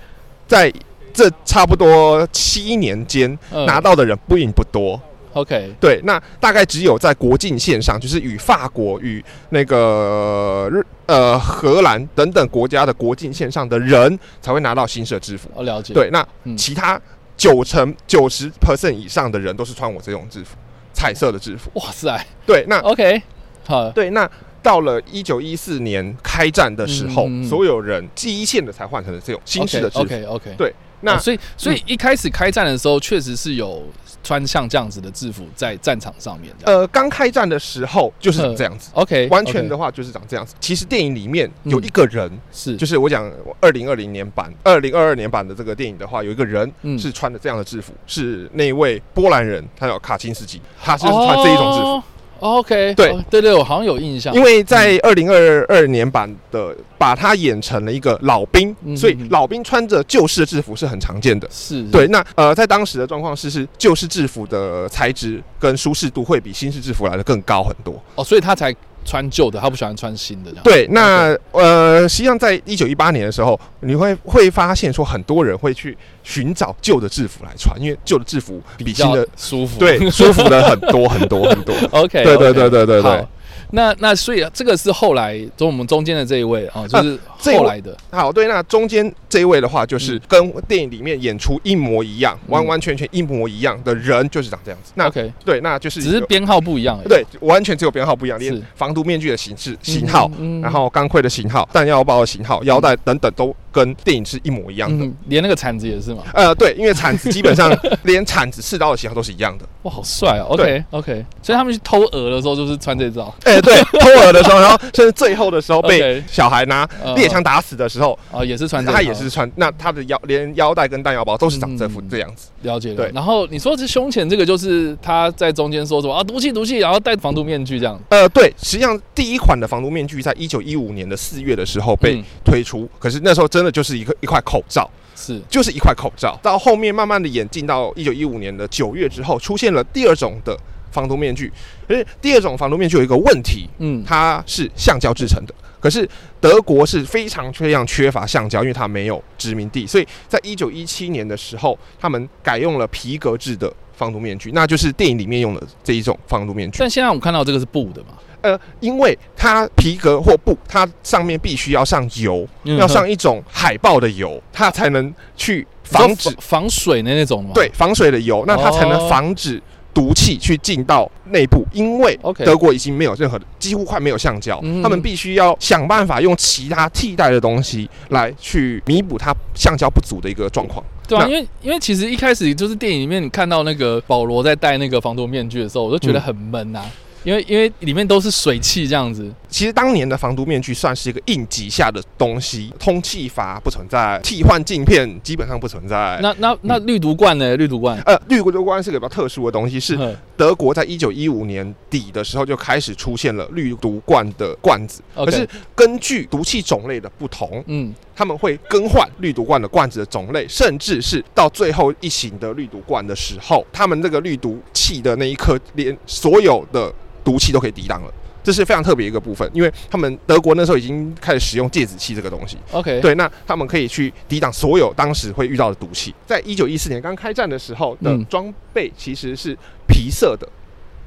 S5: 在这差不多七年间
S2: 嗯
S5: 拿到的人并不多。
S2: OK，
S5: 对，那大概只有在国境线上，就是与法国与那个日呃荷兰等等国家的国境线上的人才会拿到新社制服。
S2: 我了解。，
S5: 对，那
S2: 嗯
S5: 其他九成九十 percent 以上的人都是穿我这种制服，彩色的制服。
S2: 哇塞
S5: 对，那
S2: ，OK，好，
S5: 对那。到了一九一四年开战的时候，
S2: 嗯嗯嗯
S5: 所有人第一线的才换成了这种新式的制服。
S2: OK，OK，
S5: 对，那、嗯
S2: 哦所以所以一开始开战的时候，确实是有穿像这样子的制服在战场上面这样。
S5: 呃，刚开战的时候就是长这样子，
S2: OK，
S5: 呃完全的
S2: 嗯 OK，嗯
S5: 话就是长这样子。其实电影里面有一个人，
S2: 是
S5: 就是是我讲二零二零年版、二零二二年版的这个电影的话，有一个人
S2: 嗯
S5: 是穿的这样的制服，是那一位波兰人，他叫卡钦斯基，他就是穿这一种制服。
S2: 哦 OK，
S5: 对
S2: 哦对对，我好像有印象。
S5: 因为在二零二二年版的，把他演成了一个老兵，
S2: 嗯
S5: 所以
S2: 嗯嗯
S5: 老兵穿着旧式的制服是很常见的。
S2: 是
S5: 对，那呃，在当时的状况是，是旧式制服的材质跟舒适度会比新式制服来的更高很多。
S2: 哦，所以他才穿旧的，他不喜欢穿新的这样。
S5: 对，那呃，实际上在一九一八年的时候，你会会发现说，很多人会去寻找旧的制服来穿，因为旧的制服比
S2: 比
S5: 新
S2: 较
S5: 的
S2: 舒服。
S5: 对舒服的很多很多很多。
S2: ，OK，
S5: 对对对对对对
S2: 好。那那所以啊这个是后来，就我们中间的这一位啊，就是
S5: 这一位
S2: 后来的，
S5: 好，对，那中间这一位的话，就是
S2: 嗯
S5: 跟电影里面演出一模一样，完完全全一模一样的人，就是长这样子。那
S2: OK，
S5: 对，那就是
S2: 只是
S5: 有
S2: 编号不一样而已。
S5: 对，完全只有编号不一样，连
S2: 是
S5: 防毒面具的形式、
S2: 嗯，
S5: 型号，
S2: 嗯
S5: 然后钢盔的型号、弹药包的型号、腰带等等，都跟电影是一模一样的。
S2: 嗯，连那个铲子也是嘛，
S5: 呃，对，因为铲子基 本上连铲子、刺刀的型号都是一样的。
S2: 哇，好帅哦。OK
S5: 对
S2: OK，所以他们去偷鹅的时候就是穿这招。
S5: 哎、 对，偷饵的时候， 然后甚至最后的时候被
S2: OK
S5: 小孩拿
S2: 呃
S5: 猎枪打死的时候，
S2: 啊，也是穿这
S5: 他
S2: 招，
S5: 也是穿，那他的腰连腰带跟弹药包都是长这副
S2: 嗯
S5: 这样子。
S2: 了解了
S5: 对
S2: 然后你说这胸前这个就是他在中间说什么啊，毒气毒气，然后戴防毒面具这样。
S5: 呃，对，实际上第一款的防毒面具在一九一五年的四月的时候被
S2: 嗯
S5: 推出，可是那时候真的就是一个一块口罩，
S2: 是
S5: 就是一块口罩。到后面慢慢的演进到一九一五年的九月之后，出现了第二种的防毒面具。可是第二种防毒面具有一个问题，
S2: 嗯，
S5: 它是橡胶制成的。可是德国是非常非常缺乏橡胶，因为它没有殖民地，所以在一九一七年的时候，他们改用了皮革制的防毒面具，那就是电影里面用的这一种防毒面具。
S2: 但现在我们看到这个是布的嘛，
S5: 呃，因为它皮革或布，它上面必须要上油，
S2: 嗯
S5: 要上一种海豹的油，它才能去防止
S2: 你说防水的那种嘛。
S5: 对防水的油，那它才
S2: 哦
S5: 能防止毒气去进到内部，因为
S2: OK
S5: 德国已经没有任何的，几乎快没有橡胶，
S2: 嗯
S5: 他们必须要想办法用其他替代的东西来去弥补它橡胶不足的一个状况。
S2: 对啊，
S5: 那
S2: 因为因为其实一开始就是电影里面你看到那个保罗在戴那个防毒面具的时候，我就觉得很闷
S5: 嗯
S2: 啊，因为因为里面都是水汽这样子。
S5: 其实当年的防毒面具算是一个应急下的东西，通气阀不存在，替换镜片基本上不存在。
S2: 那那
S5: 嗯
S2: 那绿毒罐呢？绿毒罐
S5: 呃，绿国的关是个比较特殊的东西，是
S2: 嗯
S5: 德国在一九一五年底的时候就开始出现了绿毒罐的罐子，可
S2: OK，
S5: 是根据毒气种类的不同，
S2: 嗯，
S5: 他们会更换绿毒罐的罐子的种类，甚至是到最后一型的绿毒罐的时候，他们那个绿毒气的那一颗，连所有的毒气都可以抵挡了。这是非常特别一个部分，因为他们德国那时候已经开始使用芥子气这个东西，
S2: OK，，
S5: 对，那他们可以去抵挡所有当时会遇到的毒气。在一九一四年刚开战的时候的
S2: 嗯
S5: 装备其实是皮色的，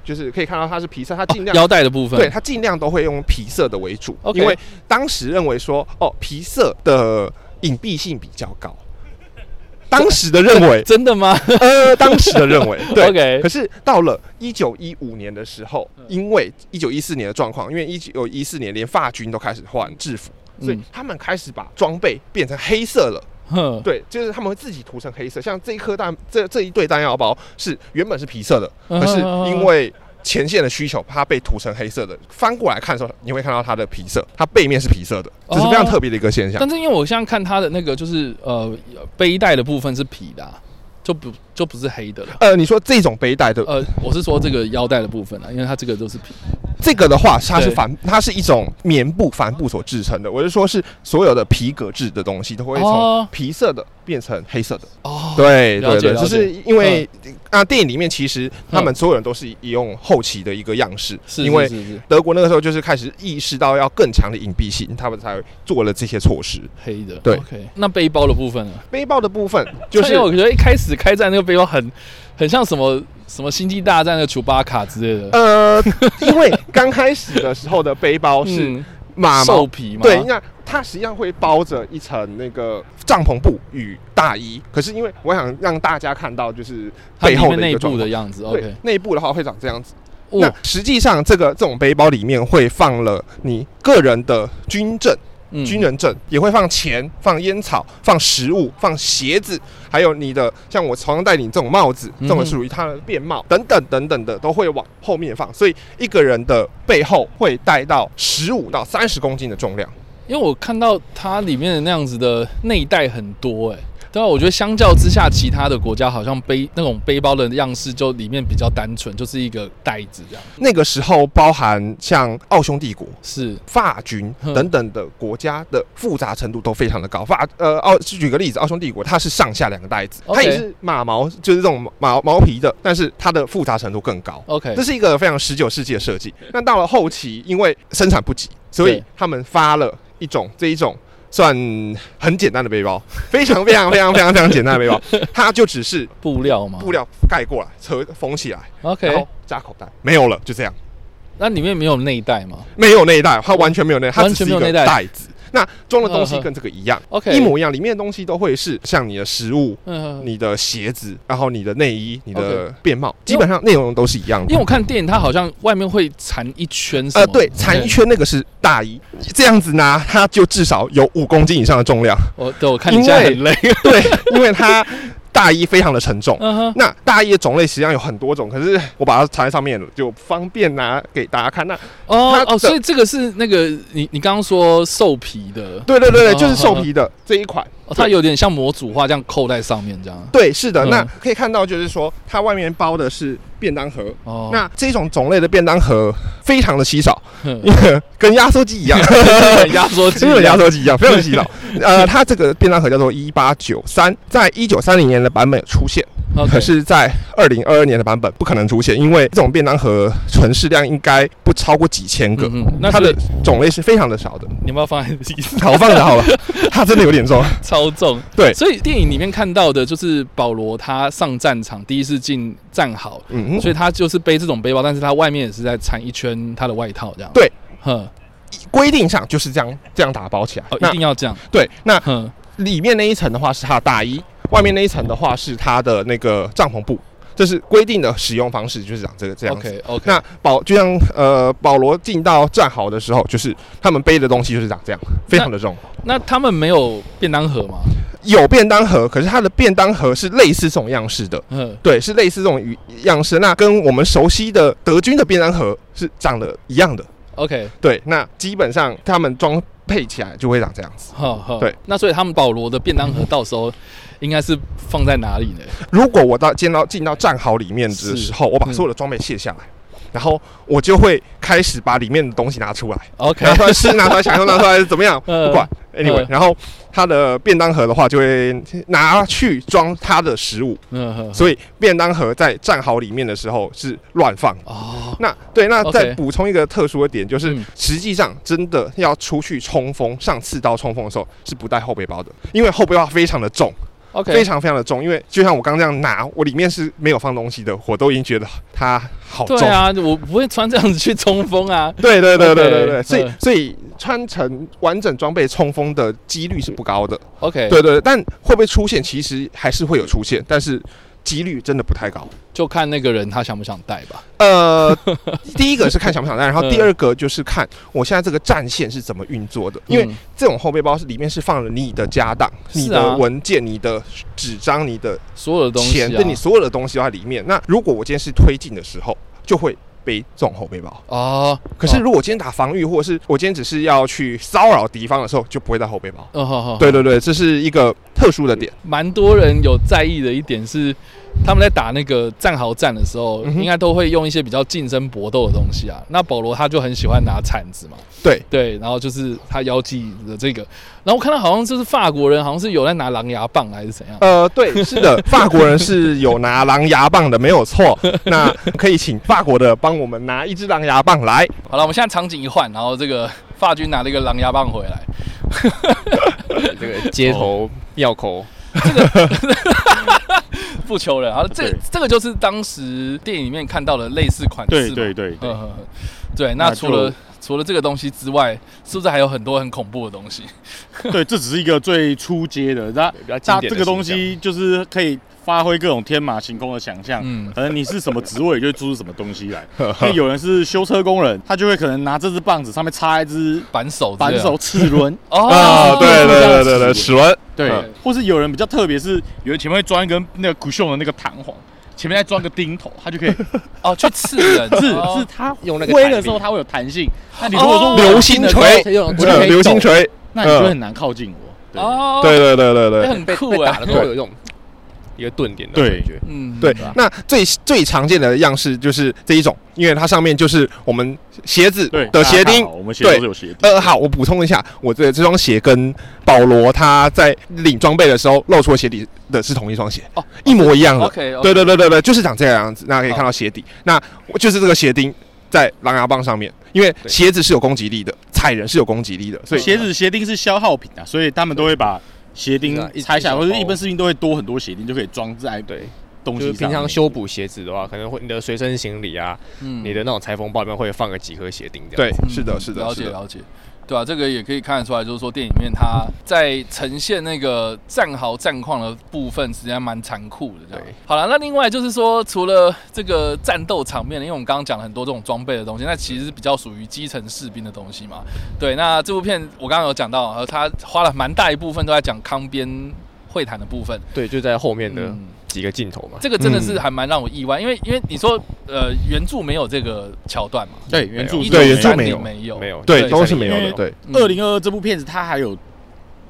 S5: 就是可以看到它是皮色，它尽量、
S2: 哦腰带的部分，
S5: 对，它尽量都会用皮色的为主
S2: OK，
S5: 因为当时认为说哦皮色的隐蔽性比较高。当时的认为
S2: 真的吗
S5: 呃，当时 的认为，对。
S2: ？OK，
S5: 可是到了一九一五年的时候，
S2: 嗯
S5: 因为一九一四年的状况，因为一九一四年连法军都开始换制服，所以
S2: 嗯
S5: 他们开始把装备变成黑色了。
S2: 哼
S5: 对，就是他们会自己涂成黑色。像这一颗弹，这这一对弹药包是原本是皮色的，
S2: 嗯
S5: 可是因为前线的需求，它被涂成黑色的。翻过来看的时候，你会看到它的皮色，它背面是皮色的，这是非常特别的一个现象。
S2: 哦但是因为我现在看它的那个就是呃背带的部分是皮的啊、就不就不是黑的了。
S5: 呃，你说这种背带的，
S2: 呃，我是说这个腰带的部分啊，因为它这个都是皮。
S5: 这个的话，它是
S2: 对
S5: 帆，它是一种棉布帆布所制成的。我是说，是所有的皮革制的东西都会
S2: 哦
S5: 从皮色的变成黑色的。
S2: 哦，
S5: 对
S2: 了
S5: 对
S2: 解嗯
S5: 对，
S2: 了
S5: 只是
S2: 解
S5: 因为啊，电影里面其实他们所有人都是用后期的一个样式，
S2: 是
S5: 因为
S2: 是是是
S5: 德国那个时候就是开始意识到要更强的隐蔽性，他们才做了这些措施。
S2: 黑的。
S5: 对
S2: ，OK。那背包的部分呢？
S5: 背包的部分就
S2: 因
S5: 是
S2: 为我觉得一开始开战那个背包很很像什么什么星际大战的楚巴卡之类的，
S5: 呃，因为刚开始的时候的背包是
S2: 嗯
S5: 马毛
S2: 兽，皮嘛。
S5: 对，那它实际上会包着一层那个帐篷布与大衣。可是因为我想让大家看到就是
S2: 它
S5: 背
S2: 里
S5: 后
S2: 面
S5: 的一
S2: 内
S5: 个状
S2: 部的
S5: 况。
S2: 样子。
S5: 对
S2: OK，，
S5: 内部的话会长这样子。那
S2: 哦，
S5: 实际上，这个这种背包里面会放了你个人的军证、
S2: 嗯
S5: 军人证也会放钱、放烟草、放食物、放鞋子，还有你的像我常常戴你这种帽子，
S2: 嗯哼
S5: 这种属于它的便帽等等等等的都会往后面放，所以一个人的背后会带到十五到三十公斤的重量。
S2: 因为我看到它里面的那样子的内袋很多、欸，哎，对啊，我觉得相较之下，其他的国家好像背那种背包的样式就里面比较单纯，就是一个袋子这样。
S5: 那个时候包含像奥匈帝国。
S2: 是，
S5: 法军
S2: 哼
S5: 等等的国家的复杂程度都非常的高。法呃奥举个例子，奥匈帝国它是上下两个袋子，
S2: OK
S5: 它也是马毛，就是这种毛毛皮的，但是它的复杂程度更高。
S2: OK，
S5: 这是一个非常十九世纪的设计。那到了后期，因为生产不及，所以
S2: 对
S5: 他们发了一种这一种算很简单的背包，非常非常非常非常非常简单的背包，它就只是
S2: 布料嘛。
S5: 布料盖过来，车封起来，然
S2: OK，
S5: 后加口袋，没有了，就这样。
S2: 那里面没有内袋吗
S5: 没有内袋，它完全没有内袋，它
S2: 完
S5: 只
S2: 全
S5: 是
S2: 没
S5: 一
S2: 有内袋
S5: 个袋子。那装的东西
S2: 嗯哼
S5: 跟这个一样，
S2: ？OK，
S5: 一模一样，里面的东西都会是像你的食物、
S2: 嗯，
S5: 你的鞋子，然后你的内衣、你的便帽，基本上内容都是一样
S2: 因为
S5: 的。
S2: 我看电影，它好像外面会缠一圈什么
S5: 呃，对，缠一。圈那个是大衣，这样子呢，它就至少有五公斤以上的重量。
S2: 我对我看你现在很累。
S5: 对，因为它大衣非常的沉重。
S2: 嗯哼，
S5: 那大衣的种类实际上有很多种，可是我把它藏在上面了，就方便拿给大家看。那
S2: 哦
S5: 它
S2: 哦，
S5: 的
S2: 所以这个是那个你你刚刚说兽皮的，
S5: 对对对对，
S2: 哦
S5: 就是兽皮的这一款，
S2: 哦它有点像模组化这样扣在上面这样。
S5: 对，是的。
S2: 嗯
S5: 那可以看到，就是说它外面包的是便当盒。
S2: 哦，
S5: 那这种种类的便当盒非常的稀少，
S2: 哼
S5: 因为跟压缩机 一样，呃
S2: 压缩机
S5: 跟日本压缩机一样，非常稀少。呃，它这个便当盒叫做一八九三，在一九三零年的版本有出现。
S2: OK
S5: 可是，在二零二二年的版本不可能出现，因为这种便当盒存世量应该不超过几千个，
S2: 嗯哼那
S5: 它
S2: 所以
S5: 的种类是非常的少 的。
S2: 你要不要放在地上？
S5: 好，我放着好了， 它真的有点重。
S2: 超重。
S5: 对
S2: 所以电影里面看到的就是保罗他上战场第一次进战壕，
S5: 嗯，
S2: 所以他就是背这种背包，但是他外面也是在缠一圈他的外套这样。
S5: 对，
S2: 哼，
S5: 规定上就是这样这样打包起来。
S2: 哦，一
S5: 那
S2: 定要这样。
S5: 对，那
S2: 哼，
S5: 里面那一层的话是它的大衣，外面那一层的话是它的那个帐篷布，这是规定的使用方式，就是长这个这样子。
S2: OK OK，
S5: 那保就像呃保罗进到战壕的时候，就是他们背的东西就是长这样，非常的重。
S2: 那他们没有便当盒吗？
S5: 有便当盒，可是它的便当盒是类似这种样式的，
S2: 嗯，
S5: 对，是类似这种鱼样式。那跟我们熟悉的德军的便当盒是长得一样的，
S2: OK，
S5: 对。那基本上他们装配起来就会长这样子。
S2: 好好，
S5: 对，
S2: 那所以他们保罗的便当盒到时候应该是放在哪里呢？
S5: 如果我到进到进到战壕里面的时候，我把所有的装备卸下来，然后我就会开始把里面的东西拿出来，
S2: OK，
S5: 拿出来吃，拿出来享用，拿出来怎 么样？
S2: 嗯
S5: 不管，anyway，
S2: 嗯
S5: 然后它的便当盒的话，就会拿去装它的食物，
S2: 嗯哼，
S5: 所以便当盒在战壕里面的时候是乱放的。
S2: 哦，
S5: 那对，那
S2: OK
S5: 再补充一个特殊的点，就是
S2: 嗯
S5: 实际上真的要出去冲锋，上刺刀冲锋的时候是不带后背包的，因为后背包非常的重，非
S2: OK，
S5: 常非常的重。因为就像我刚这样拿，我里面是没有放东西的，我都已经觉得它好重。
S2: 对啊，我不会穿这样子去冲锋啊。
S5: 对对对对对对，
S2: OK，
S5: 所以
S2: 嗯
S5: 所以穿成完整装备冲锋的几率是不高的。
S2: OK，
S5: 对对对，但会不会出现，其实还是会有出现，但是几率真的不太高。
S2: 就看那个人他想不想带吧。
S5: 呃， 第一个是看想不想带，然后
S2: 嗯
S5: 第二个就是看我现在这个战线是怎么运作的，因为
S2: 嗯
S5: 这种后背包是里面是放了你的家当、
S2: 是啊
S5: 你的文件、你的纸张、你的
S2: 所有的东西啊
S5: 钱，对你所有的东西都在里面。那如果我今天是推进的时候，就会背这种后背包。
S2: 哦，
S5: 可是
S2: 哦，
S5: 如果我今天打防御，或者是我今天只是要去骚扰敌方的时候，就不会带后背包。
S2: 哦好好，
S5: 对对对，这是一个特 殊的点。
S2: 蛮多人有在意的一点是，他们在打那个战壕战的时候，
S5: 嗯哼
S2: 应该都会用一些比较近身搏斗的东西啊。那保罗他就很喜欢拿铲子嘛，
S5: 对
S2: 对，然后就是他腰际的这个，然后我看到好像就是法国人，好像是有在拿狼牙棒还是怎样。
S5: 呃，对，是 的，法国人是有拿狼牙棒的，没有错。那可以请法国的帮我们拿一支狼牙棒来。
S2: 好了，我们现在场景一换，然后这个法军拿了一个狼牙棒回来，
S3: 这个街
S4: 哦
S3: 头庙口
S2: 不求人。好，这
S4: 对
S2: 这个就是当时电影里面看到的类似款
S4: 对
S2: 式嘛。
S4: 对对对
S2: 嗯，嗯嗯对。那
S4: 那
S2: 除
S4: 就
S2: 了除了这个东西之外，是不是还有很多很恐怖的东西？
S4: 对，这只是一个最初阶的，那
S3: 比较经
S4: 那
S3: 典
S4: 这
S3: 的
S4: 个东
S3: 形象
S4: 西就是可以发挥各种天马行空的想象。
S2: 嗯
S4: 可能你是什么职位，就会做出什么东西 来。因为有人是修车工人，他就会可能拿这支棒子上面插一支
S2: 扳手之类
S4: 扳
S2: 的，
S4: 手齿轮，
S2: 哦
S5: 啊，对对对对对，
S4: 是
S5: 齿轮，
S4: 对
S5: 嗯，
S4: 或是有人比较特别，是有人前面会装一根那个古秀的那个弹簧，前面再装个钉头，他就可以是
S2: 哦，去刺人
S4: 是
S2: 哦
S4: 它
S3: 用那个
S4: 挥
S3: 弹
S4: 的
S3: 力
S4: 时候它会有弹性，那你如果说
S2: 哦
S4: 我
S5: 流星锤，
S3: 用
S5: 呃流星，锤，
S4: 那你就会很难靠近我。
S2: 哦，
S5: 对对对对
S2: 哎
S5: 对。
S2: 很
S3: 被
S2: 酷
S3: 被打
S2: 哎
S3: 的，时候会有一种一个顿点的
S4: 对
S3: 感觉。
S2: 嗯，
S5: 对，那最最常见的样式就是这一种，因为它上面就是我们鞋子
S4: 对
S5: 的鞋钉
S4: 大家看好，我们鞋都
S5: 对
S4: 是有鞋钉。
S5: 呃，好，我补充一下，我这这双鞋跟保罗他在领装备的时候露出的鞋底的是同一双鞋，
S2: 哦
S5: 一模一样的。
S2: ，OK，
S5: 对对对对对，就是长这个样子。那可以看到鞋底，那我就是这个鞋钉在狼牙棒上面，因为
S3: 对
S5: 鞋子是有攻击力的，踩人是有攻击力的，所以
S4: 鞋子鞋钉是消耗品啊，所以他们都会把鞋钉
S3: 是啊一
S4: 拆下来，
S3: 一小
S4: 或者一哦
S3: 包
S4: 般士兵都会多很多鞋钉，就可以装在
S3: 对，
S4: 东
S3: 就是
S4: 西
S3: 平
S4: 上
S3: 常
S4: 面
S3: 修补鞋子的话，可能会你的随身行李啊，
S2: 嗯
S3: 你的那种裁缝包里面会放个几颗鞋钉这样。
S5: 对，
S2: 嗯
S5: 是的，是的，
S2: 了
S5: 是
S2: 解
S5: 的。
S2: 了解，对啊，这个也可以看得出来，就是说电影里面它在呈现那个战壕战况的部分，实际上蛮残酷的。这样
S3: 对，
S2: 好了，那另外就是说，除了这个战斗场面，因为我们刚刚讲了很多这种装备的东西，那其实是比较属于基层士兵的东西嘛。对，那这部片我刚刚有讲到，呃，他花了蛮大一部分都在讲康边会谈的部分。
S3: 对，就在后面的
S2: 嗯
S3: 几个镜头嘛。
S2: 这个真的是还蛮让我意外，因为因为你说呃原著没有这个桥段嘛，
S4: 对原著
S2: 一
S4: 是
S2: 九
S1: 对原著
S2: 三
S1: 没
S2: 零
S1: 有
S2: 没有
S3: 没有，
S1: 对，
S2: 对
S1: 都是没有
S4: 因
S1: 的，
S4: 为
S1: 对，，
S2: 嗯
S4: 二零二二这部片子，它还有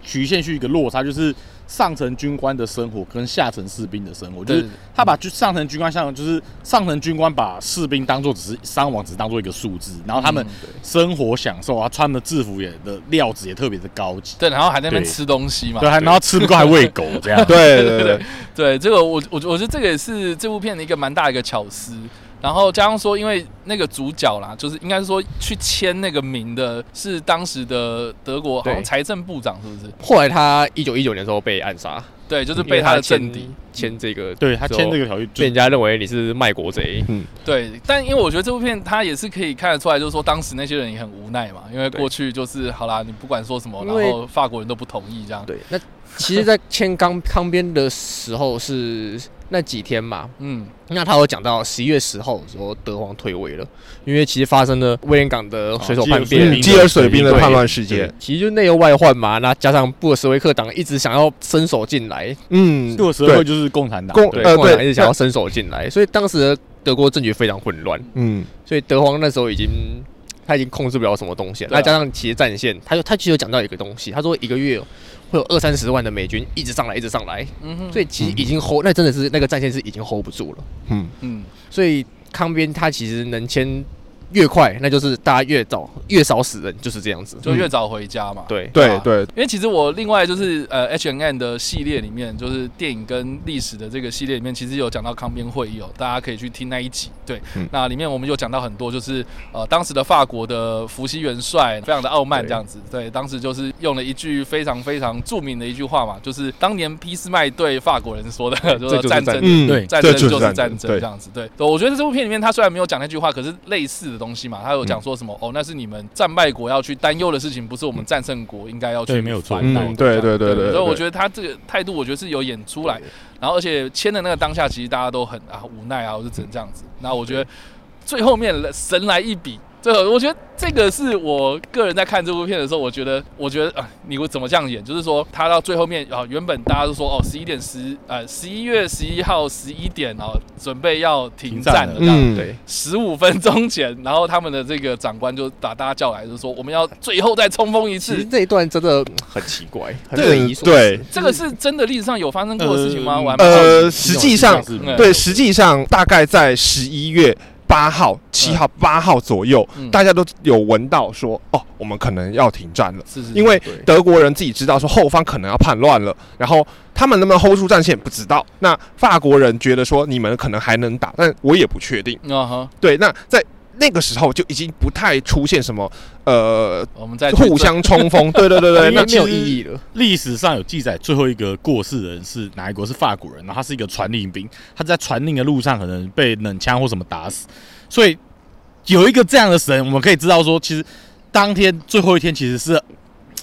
S4: 局限去一个落差，就是上层军官的生活跟下层士兵的生活，就
S2: 对
S4: 是他把就上层军官像就是上层军官把士兵当做只是伤亡，只是当做一个数字，然后他们
S2: 嗯
S4: 生活享受啊，穿的制服也的料子也特别的高级，
S2: 对，然后还在那边
S4: 对
S2: 吃东西嘛，
S4: 对，还啊然后吃不够还喂狗这 样
S1: 对对对对，
S2: 对，这个我我我觉得这个也是这部片的一个蛮大的一个巧思。然后加上说，因为那个主角啦，就是应该是说去签那个名的是当时的德国好像
S3: 对
S2: 财政部长，是不是？
S3: 后来他一九一九年的时候被暗杀，
S2: 对，就是
S3: 因为
S2: 被他的
S3: 签
S2: 政敌。
S3: 签这个，
S4: 对他签这
S3: 个，
S4: 个条约
S3: 被
S4: 就
S3: 人家认为你是卖国贼。
S2: 对，但因为我觉得这部片它也是可以看得出来，就是说当时那些人也很无奈嘛，因为过去就是好啦，你不管说什么，然
S3: 因为
S2: 后法国人都不同意这样。
S3: 对，那 其实，在签康康边的时候是那几天嘛，
S2: 嗯，
S3: 那他有讲到十一月十号的时候，德皇退位了，因为其实发生了威廉港的水手叛变，
S1: 嗯，基尔水兵的叛乱事件，
S3: 哦嗯其实就内忧外患嘛。那加上布尔什维克党一直想要伸手进来，
S1: 嗯，
S4: 六十二
S1: 对，
S4: 就是共产党，
S1: 共
S3: 对，
S1: 呃
S3: 共产党一
S1: 对
S3: 直，想要伸手进来，所以当时的德国政局非常混乱，
S1: 嗯，
S3: 所以德皇那时候已经他已经控制不了什么东西了。
S2: 对啊
S3: 那加上其实战线，他就他其实有讲到一个东西，他说一个月会有二三十万的美军一直上来，一直上来，
S2: 嗯哼，
S3: 所以其实已经 hold，那真的是那个战线是已经 hold 不住了。
S1: 嗯，
S2: 嗯，
S3: 所以康边他其实能签越快，那就是大家越早越少死人，就是这样子。
S2: 就越早回家嘛。
S3: 对啊
S1: 对对，
S2: 因为其实我另外就是呃 H N N 的系列里面，就是电影跟历史的这个系列里面，其实有讲到康边会议哦，大家可以去听那一集。对，
S1: 嗯
S2: 那里面我们有讲到很多，就是呃当时的法国的伏羲元帅非常的傲慢
S3: 对
S2: 这样子。对，当时就是用了一句非常非常著名的一句话嘛，就是当年俾斯麦对法国人说的，就
S3: 这就是
S2: 战
S3: 战
S2: 争
S3: 争
S1: 嗯，
S4: 对
S2: 战
S1: 这
S2: 争
S1: 就
S2: 就是战争啊这
S1: 对，
S2: 样子。对，对我觉得这部片里面他虽然没有讲那句话，可是类似的东西嘛，他有讲说什么、哦，那是你们战败国要去担忧的事情，不是我们战胜国应该要去
S4: 对没有错
S2: 烦恼的
S1: 嗯对
S2: 这样
S1: 对对对对
S2: 所以我
S1: 对
S2: 觉得他这个态度，我觉得是有演出来，然后而且签的那个当下，其实大家都很啊无奈啊，我就只能这样子。那我觉得最后面神来一笔。这个我觉得这个是我个人在看这部片的时候，我觉得，我觉得啊，你会怎么这样演？就是说，他到最后面啊，原本大家都说哦，十一点十，呃，十一月十一号十一点哦，准备要停
S4: 停
S2: 战
S4: 战
S2: 了，
S4: 了
S2: 这样。
S1: 嗯，
S3: 对，
S2: 十五分钟前，然后他们的这个长官就把大家叫来，就说我们要最后再冲锋一
S3: 其实
S2: 次。
S3: 这一段真的嗯很奇怪，很
S1: 这
S3: 匪夷所思。
S1: 对，
S2: 这个是真的历史上有发生过的事情吗？
S4: 呃
S2: 我还蛮好奇
S1: 呃，实际上
S4: 是
S2: 嗯
S1: 对，实际上大概在十一月八号、七号、八号左右，
S2: 嗯
S1: 大家都有闻到说，哦，我们可能要停战了，
S2: 是是是
S1: 呃因为
S3: 对
S1: 德国人自己知道说后方可能要叛乱了，然后他们能不能 hold 住战线不知道。那法国人觉得说你们可能还能打，但我也不确定。
S2: 啊哈，
S1: 对，那在那个时候就已经不太出现什么呃
S2: 我们在
S1: 互相冲锋， 对对对对，
S3: 因为
S1: 那
S3: 没有意义了。
S4: 历史上有记载，最后一个过世的人是哪一国？是法国人，然后他是一个传令兵，他在传令的路上可能被冷枪或什么打死，所以有一个这样的神，我们可以知道说，其实当天最后一天其实是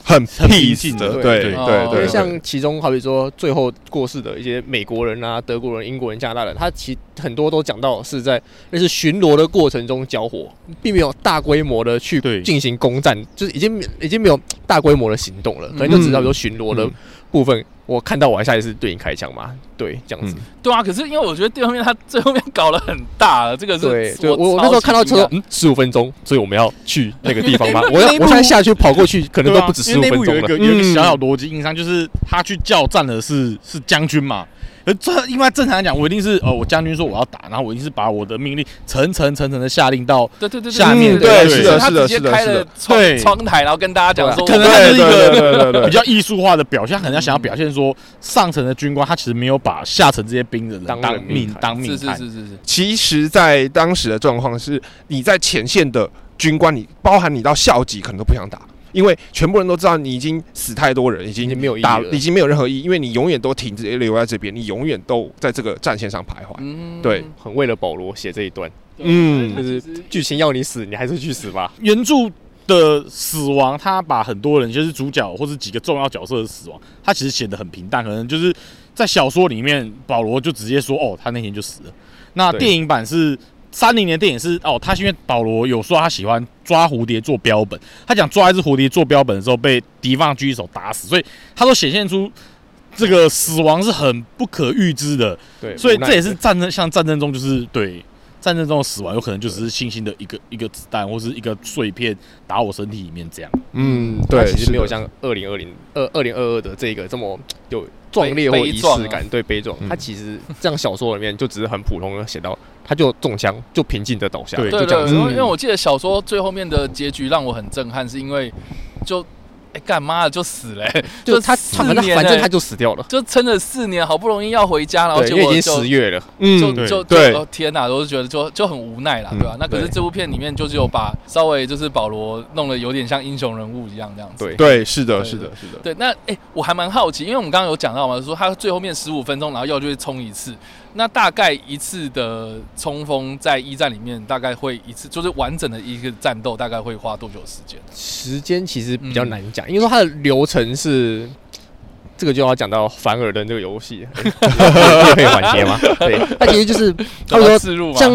S1: 很
S4: 很平
S1: peace
S4: 静
S1: 的，
S4: 的
S1: 对
S4: 对
S1: 对
S2: 哦
S3: 因为
S1: 对，对
S3: 像其中好比说最后过世的一些美国人啊、德国人、英国人、加拿大人，他其很多都讲到是在那是巡逻的过程中交火，并没有大规模的去
S4: 对？
S3: 进行攻占，就是已经已经没有大规模的行动了，可能就只
S1: 嗯
S3: 要有巡逻的
S1: 嗯
S3: 部分。我看到我还下一次对你开枪嘛？对，这样子。
S2: 对啊，可是因为我觉得第二面他最后面搞了很大了，这个是
S3: 对，就我
S2: 我
S3: 我那时候看到
S2: 超级
S3: 就说
S2: 惊，
S3: 嗯，十五分钟，所以我们要去那个地方 吗我要
S4: 内部
S3: 我现在下去跑过去，可能都不止
S4: 对啊因
S3: 十五
S4: 为内
S3: 分
S4: 部有
S3: 钟
S4: 一
S3: 了
S4: 个。有一个小小逻辑硬伤，就是他去叫战的是是将军嘛。而这因为正常来讲，我一定是哦，我将军说我要打，然后我一定是把我的命令层层层层的下令到，
S2: 对对对，对
S4: 下面
S2: 嗯
S4: 对
S2: 对
S4: 是
S2: 对
S4: 的
S2: 他
S1: 是
S2: 直
S1: 的
S2: 接
S1: 是的
S2: 开
S1: 是
S2: 了
S1: 的
S2: 窗
S4: 对
S2: 窗台，然后跟大家
S3: 啊
S2: 讲说，
S4: 可能
S2: 我
S4: 他就是一
S1: 对对
S4: 个
S1: 对对对
S4: 比较艺术化的表现，他可能要想要表现说，上层的军官他其实没有把下层这些兵的人
S3: 当人
S4: 当
S3: 命
S4: 命
S3: 看
S4: 当
S2: 是
S4: 命
S2: 是
S4: 看，
S2: 是是是，
S1: 其实，在当时的状况是，你在前线的军官，你包含你到校级，可能都不想打，因为全部人都知道你已经死太多人，已经
S3: 已经没有意义
S1: 打
S3: 了
S1: 已经没有任何意义，因为你永远都停止留在这边，你永远都在这个战线上徘徊。
S2: 嗯
S1: 对
S3: 很为了保罗写这一段，
S1: 嗯
S3: 就，是剧情要你死，你还是去死吧。
S4: 原著的死亡，他把很多人，就是主角或是几个重要角色的死亡，他其实写的很平淡，可能就是在小说里面，保罗就直接说，哦，他那天就死了。那
S3: 对
S4: 电影版是三零年电影是，哦，他是因为保罗有说他喜欢抓蝴蝶做标本，他讲抓一只蝴蝶做标本的时候被敌方狙击手打死，所以他都显现出。这个死亡是很不可预知的，
S3: 对，
S4: 所以
S3: 无奈
S4: 这也是战争，像战争中就是对战争中的死亡，有可能就只是轻轻的一个一个子弹或是一个碎片打我身体里面这样。
S1: 嗯，
S3: 它
S1: 对，
S3: 其
S1: 是
S3: 实
S1: 的
S3: 没有像二零二零二二零二二的这个这么有壮烈或
S2: 悲
S3: 仪式
S2: 壮啊
S3: 感，对悲壮
S1: 嗯。
S3: 它其实像小说里面就只是很普通的写到，他就中枪就平静的倒下，
S4: 对
S3: 就
S2: 对
S3: 这样
S2: 对，
S3: 子。
S2: 因为
S1: 嗯
S2: 因为我记得小说最后面的结局让我很震撼，是因为就哎干妈的就死了、欸
S3: 就他
S2: 四
S3: 他反正
S2: 年
S3: 反正
S2: 欸
S3: 他就死掉了，
S2: 就撑了四年，好不容易要回家，然后
S3: 对，
S2: 结
S3: 因为
S2: 果
S3: 已经
S2: 就
S3: 十月了，
S2: 就
S1: 嗯，
S4: 对
S2: 就
S1: 对
S2: 就哦天哪，我就觉得就就很无奈啦，
S1: 嗯
S2: 对啊吧、那可是
S3: 对
S2: 这部片里面就是有把稍微就是保罗弄得有点像英雄人物一样这样子。
S3: 对
S1: 对，是的，
S2: 对
S1: 是的，是的，
S2: 对，那哎、诶我还蛮好奇，因为我们刚刚有讲到嘛，说他最后面十五分钟，然后要就会冲一次。那大概一次的冲锋在一战里面，大概会一次就是完整的一个战斗，大概会花多久时间？
S3: 时间其实比较难讲，因为说它的流程是。这个就要讲到凡尔登这个游戏， 可以环节吗？对，它其实就是他们
S2: 有
S3: 说
S2: 自入吗？
S3: 像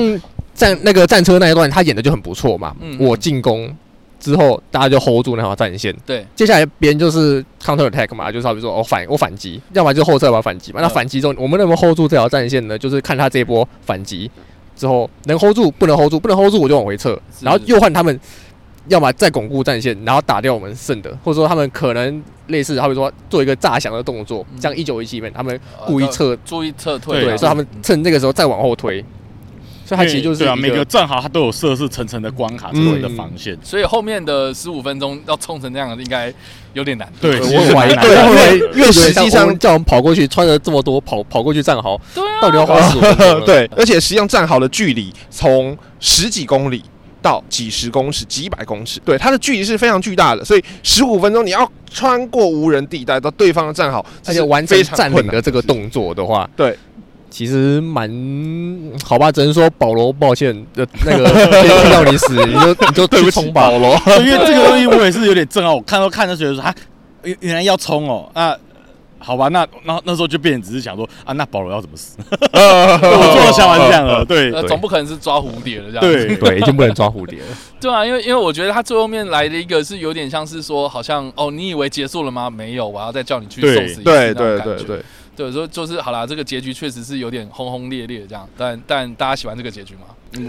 S3: 战那个战车那一段，他演的就很不错嘛。
S2: 嗯
S3: 我进攻之后，大家就 hold 住那条战线。
S2: 对，
S3: 接下来别人就是 counter attack 嘛，就是好比说我、反我反击，要么就后撤，要么反击嘛。那
S2: 嗯
S3: 反击之后，我们能不能 hold 住这条战线呢？就是看他这一波反击之后能 hold 住，不能 hold 住，不能 hold 住我就往回撤，
S2: 是
S3: 然后又换他们。要么再巩固战线，然后打掉我们剩的，或者说他们可能类似，好比说做一个炸响的动作，
S2: 嗯
S3: 像一九一七里面他们
S2: 呃
S3: 故意
S2: 都
S3: 撤
S2: 注意撤退啊，
S4: 对
S3: 对，所以他们
S2: 嗯
S3: 趁这个时候再往后推，所以它其实就是
S4: 对啊，
S3: 一
S4: 每个战壕它都有设置层层的关卡，层层的防线。
S2: 所以后面的十五分钟要冲成那样，应该有点难。
S4: 对，啊
S3: 我
S4: 其实
S3: 很怀
S4: 蛮
S3: 疑
S4: 难
S3: 对
S4: 的
S3: 后来
S1: 因为实际上
S3: 我们叫我们跑过去，穿了这么多跑跑过去战壕，
S2: 对啊，
S3: 到底要花十五分钟 呢？
S1: 对，而且实际上战壕的距离从十几公里到几十公尺、几百公尺，对它的距离是非常巨大的，所以十五分钟你要穿过无人地带到对方的战壕，
S3: 而
S1: 这
S3: 且
S1: 是
S3: 完成
S1: 非常
S3: 占
S1: 困
S3: 领
S1: 难
S3: 的这个动作的话，
S1: 对，
S3: 其实蛮好吧，只能说保罗，抱歉，呃，那个先要你死，你就你就去冲吧，保罗。
S4: 对因为这 个东西我也是有点震撼，我看都看着觉得说啊，原原来要冲哦，啊。好吧，那那那时候就变成只是想说啊，那保罗要怎么死？
S1: 呃
S4: 对我做了想法是这样的，对
S2: 呃，
S3: 对
S2: 总不可能是抓蝴蝶了这样子。
S4: 对
S3: 对，已经不能抓蝴蝶了。
S2: 对啊，因为因为我觉得他最后面来的一个是有点像是说，好像哦，你以为结束了吗？没有，我要再叫你去
S4: 对
S2: 送死一次
S1: 对
S2: 那
S1: 对
S2: 种感
S1: 对
S2: 觉。
S1: 对，
S2: 对，所以就是好啦，这个结局确实是有点轰轰烈烈这样，但但大家喜欢这个结局吗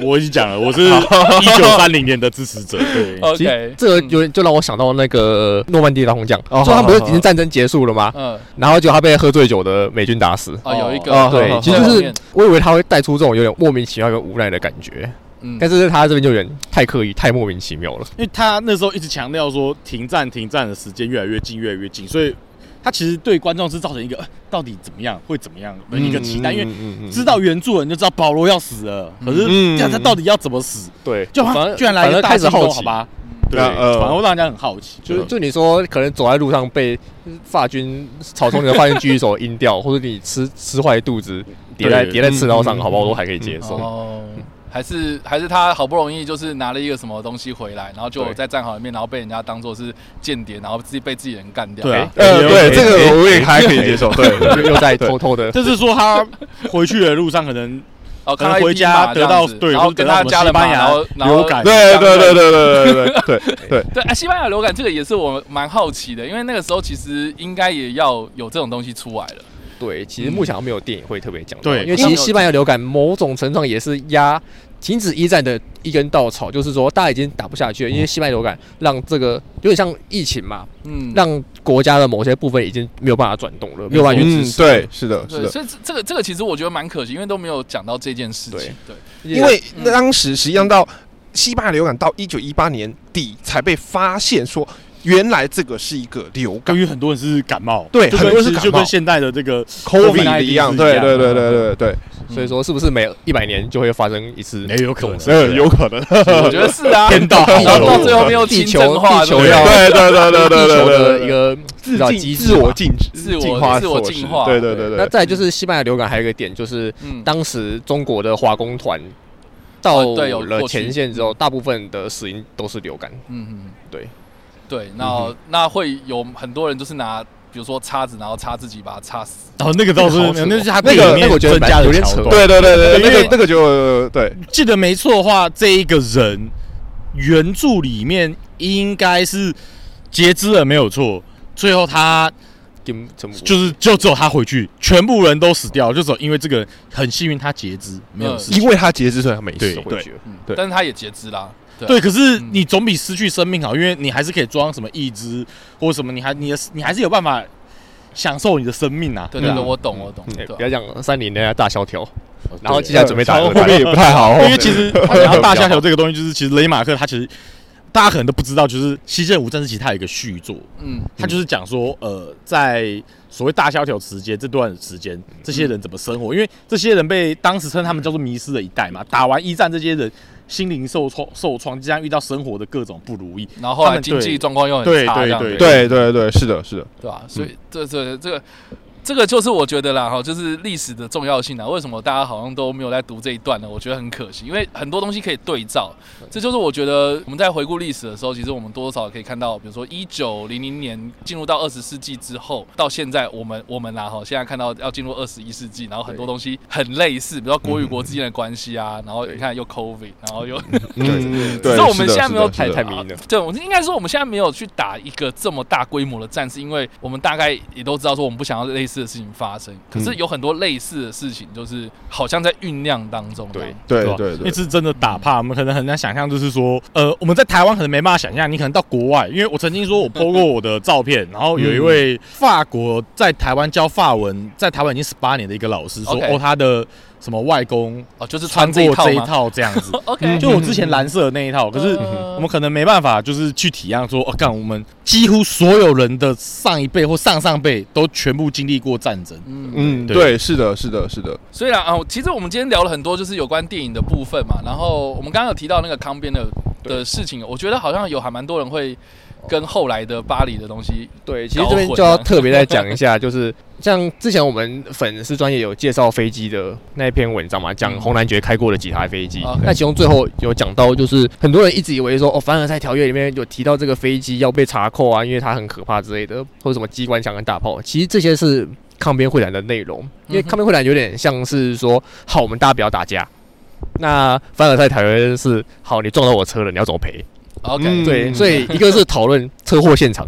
S4: 我已经讲了，我是一九三零年的支持者，对，
S3: 其
S2: ？OK，
S3: 实这个
S2: 嗯
S3: 有点就让我想到那个诺曼底大空降，
S1: 哦
S3: 就他不是
S1: 好好
S3: 已经战争结束了吗？
S2: 嗯
S3: 然后就他被喝醉酒的美军打死。
S2: 啊有一
S1: 哦
S2: 个
S1: 好
S3: 对
S1: 好，
S3: 其
S1: 好
S3: 实
S2: 在
S3: 就
S2: 后
S3: 是
S2: 面
S3: 我以为他会带出这种有点莫名其妙跟无奈的感觉，
S2: 嗯
S3: 但是他这边就有点太刻意、太莫名其妙了。
S4: 因为他那时候一直强调说停战停战的时间越来越近越来越近，所以他其实对观众是造成一个、呃到底怎么样会怎么样的一个期待，因为
S1: 为
S4: 知道原著人就知道保罗要死了，可是
S1: 嗯
S4: 这样他到底要怎么死，
S3: 对，
S4: 就
S3: 反而
S4: 居然来一个
S3: 反而
S4: 大
S3: 开始
S4: 进
S3: 好
S4: 攻，
S3: 奇
S4: 好吧？对，
S1: 那呃
S4: 反而会让人家很好奇，
S3: 就就你说可能走在路上被法军草丛里的法军狙击手阴掉，或者你吃吃坏肚子叠在
S4: 对
S3: 叠在刺刀上，
S1: 嗯
S3: 好不好？我都还可以接受。
S2: 哦，还是还是他好不容易就是拿了一个什么东西回来，然后就
S3: 对
S2: 在战壕里面，然后被人家当做是间谍，然后自己被自己人干掉。
S4: 对啊，
S1: 呃对这
S3: 哎
S1: 个我也还可以
S3: 哎
S1: 接受，对对
S3: 又又 在偷偷的，
S4: 就是说他回去的路上可能
S2: 哦，
S4: 可
S2: 看
S4: 能
S2: 到一
S4: 回
S2: 匹
S4: 家
S2: 马
S4: 得
S2: 这样
S4: 到
S2: 子
S4: 对
S2: 然
S4: 或
S2: 后
S4: 者
S2: 跟
S4: 得到
S2: 他
S4: 什么
S2: 加
S4: 西
S2: 了马，
S4: 班牙
S2: 然后然后
S4: 流感
S1: 对对对对对对对对，
S2: 对，啊，西班牙流感这个也是我蛮好奇的，因为那个时候其实应该也要有这种东西出来了。
S3: 对，其实目前好像没有电影会特别讲到，
S4: 对
S3: 因为其实西班牙流感某种程度上也是压停止一战的一根稻草，就是说大家已经打不下去了，因为西班牙流感让这个有点像疫情嘛，
S2: 嗯，
S3: 让国家的某些部分已经没有办法转动了，没有办法去
S1: 嗯
S3: 支持。
S1: 对，是的，是
S2: 对，
S1: 的。
S2: 所以这这个这个其实我觉得蛮可惜，因为都没有讲到这件事情。对，
S1: 因为
S2: 嗯
S1: 当时实际上到西班牙流感到一九一八年底才被发现说，原来这个是一个流
S4: 对
S1: 感
S4: 于很多人是感冒，
S1: 对
S4: 就
S1: 很
S4: 跟
S1: 多人是感
S4: 就
S1: 冒
S4: 跟现代的这个
S1: ，COVID
S4: COVID-19
S5: 啊
S1: 一样，
S4: 是一
S1: 对
S4: 样
S1: 对
S4: 的
S1: 对对对对，
S3: 所
S2: 嗯
S3: 以说是不是每一百年就会发生一次？
S4: 也有可能，
S3: 对
S4: 对
S3: 啊
S4: 啊
S5: 呃有可能，
S2: 我觉得是 啊，
S4: 天道好
S2: 然后到
S4: 龙
S2: 最后面又
S3: 地
S2: 听
S3: 球
S2: 真话，
S3: 地球
S2: 对不对
S3: 要
S5: 对对对对对
S3: 地
S5: 对
S3: 球
S5: 对
S3: 的
S5: 对
S3: 一个
S5: 自
S3: 叫
S5: 进
S3: 机制
S5: 自我
S3: 吧
S5: 禁止
S2: 自我
S5: 进化
S2: 自我
S5: 所
S2: 进
S5: 示
S2: 化
S5: 对对对
S3: 那
S5: 对，
S3: 再来就是西班牙流感还有一个点，就是
S2: 嗯，
S3: 当时中国的华工团到
S2: 哦对有过
S3: 了
S2: 去
S3: 前线之后，大部分的死因都是流感。
S2: 嗯嗯，
S3: 对
S2: 对，
S4: 嗯
S2: 那那会有很多人就是拿，比如说叉子，然后插自己，把它插死。
S4: 然后那个倒是没有，那是他电
S3: 那
S4: 影
S3: 个
S4: 里面
S3: 那个我觉得
S4: 增加
S3: 蛮
S4: 的
S3: 有点
S4: 桥
S3: 扯
S4: 段。
S5: 对对对对，
S4: 因
S5: 那
S4: 为
S5: 个那个就对
S4: 记得没错的话，这一个人原著里面应该是截肢了，没有错。最后他
S3: 跟全部
S4: 就是就只有他回去，全部人都死掉，就只有因为这个人很幸运他截肢，没有事。
S5: 因为他节制，所以他没
S4: 对
S5: 事
S3: 都。回
S5: 对，
S3: 去了。
S2: 嗯，
S5: 对
S2: 但是他也截肢啦。对
S4: 对，可是
S2: 嗯
S4: 你总比失去生命好，因为你还是可以装什么义肢或什么，你还你的你还是有办法享受你的生命啊。
S2: 对对对，
S4: 嗯
S2: 我懂我懂。
S3: 哎
S2: 对
S3: 不要讲三零那大萧条，然后接
S5: 现
S3: 下
S5: 在
S3: 来准备打
S5: 后
S3: 二战
S5: 面也不太好，
S4: 因为其实他讲到大萧条这个东西，就是其实雷马克他其实大家可能都不知道，就是《西镇无战事》其实他有一个续作，
S2: 嗯，
S4: 他就是讲说，呃，在所谓大萧条时间这段时间，这些人怎么生活？因为这些人被当时称他们叫做迷失的一代嘛。打完一战，这些人心灵受创受创，加上遇到生活的各种不如意，
S2: 然后后
S4: 他
S2: 来
S4: 们
S2: 经济状况又很
S4: 对
S2: 差，
S4: 对
S2: 这样
S4: 对
S2: 子
S5: 对对对，是的，是的，
S2: 对吧？所以这这这个这个就是我觉得啦哈，就是历史的重要性啊。为什么大家好像都没有在读这一段呢？我觉得很可惜，因为很多东西可以对照。这就是我觉得我们在回顾历史的时候，其实我们多多少少可以看到，比如说一九零零年进入到二十世纪之后，到现在我们我们啦哈，现在看到要进入二十一世纪，然后很多东西很类似，比如说国与国之间的关系啊，然后你看又 COVID，然后又
S5: 嗯，对。
S2: 只是我们现在没有
S3: 太太迷
S2: 啊
S3: 了。
S2: 对，我应该说我们现在没有去打一个这么大规模的战，是因为我们大概也都知道说我们不想要类似的事情发生。可
S3: 嗯
S2: 是有很多类似的事情，就是好像在酝酿当中。啊
S3: 对，
S5: 对
S4: 吧
S5: 对对
S4: 那，次真的打怕，我们可能很难想象，就是说，呃，我们在台湾可能没办法想象，你可能到国外，因为我曾经说我 PO 过我的照片，然后有一
S2: 嗯
S4: 位法国在台湾教法文，在台湾已经十八年的一个老师说，
S2: OK
S4: 哦，他的什么外公
S2: 哦，就是穿
S4: 穿
S2: 这
S4: 过这
S2: 一套
S4: 一
S2: 吗
S4: 套这样子，
S2: ？OK，
S3: 嗯
S4: 就我之前蓝色的那一套，可是
S2: 呃
S4: 我们可能没办法，就是去体谅说，哦，干，我们几乎所有人的上一辈或上上辈都全部经历过战争，
S2: 嗯
S5: 嗯，
S4: 对
S5: 对，是的，是的，是的，
S2: 所以啦，啊、其实我们今天聊了很多，就是有关电影的部分嘛。然后我们刚刚有提到那个康边的的事情，我觉得好像有还蛮多人会跟后来的巴黎的东西，
S3: 对，其实这
S2: 啊
S3: 边就要特别再讲一下， 就是像之前我们粉丝专业有介绍飞机的那一篇文章嘛，讲红男爵开过的几台飞机
S2: 嗯哦 OK。
S3: 那其中最后有讲到，就是很多人一直以为说，哦，凡尔赛条约里面有提到这个飞机要被查扣啊，因为它很可怕之类的，或者什么机关枪跟大炮。其实这些是抗边会谈的内容，因为
S2: 嗯哼
S3: 抗边会谈有点像是说，好，我们大家不要打架。那凡尔赛条约是好，你撞到我车了，你要怎么赔？
S2: OK，、
S5: 嗯
S3: 对，所以一个是讨论车祸现场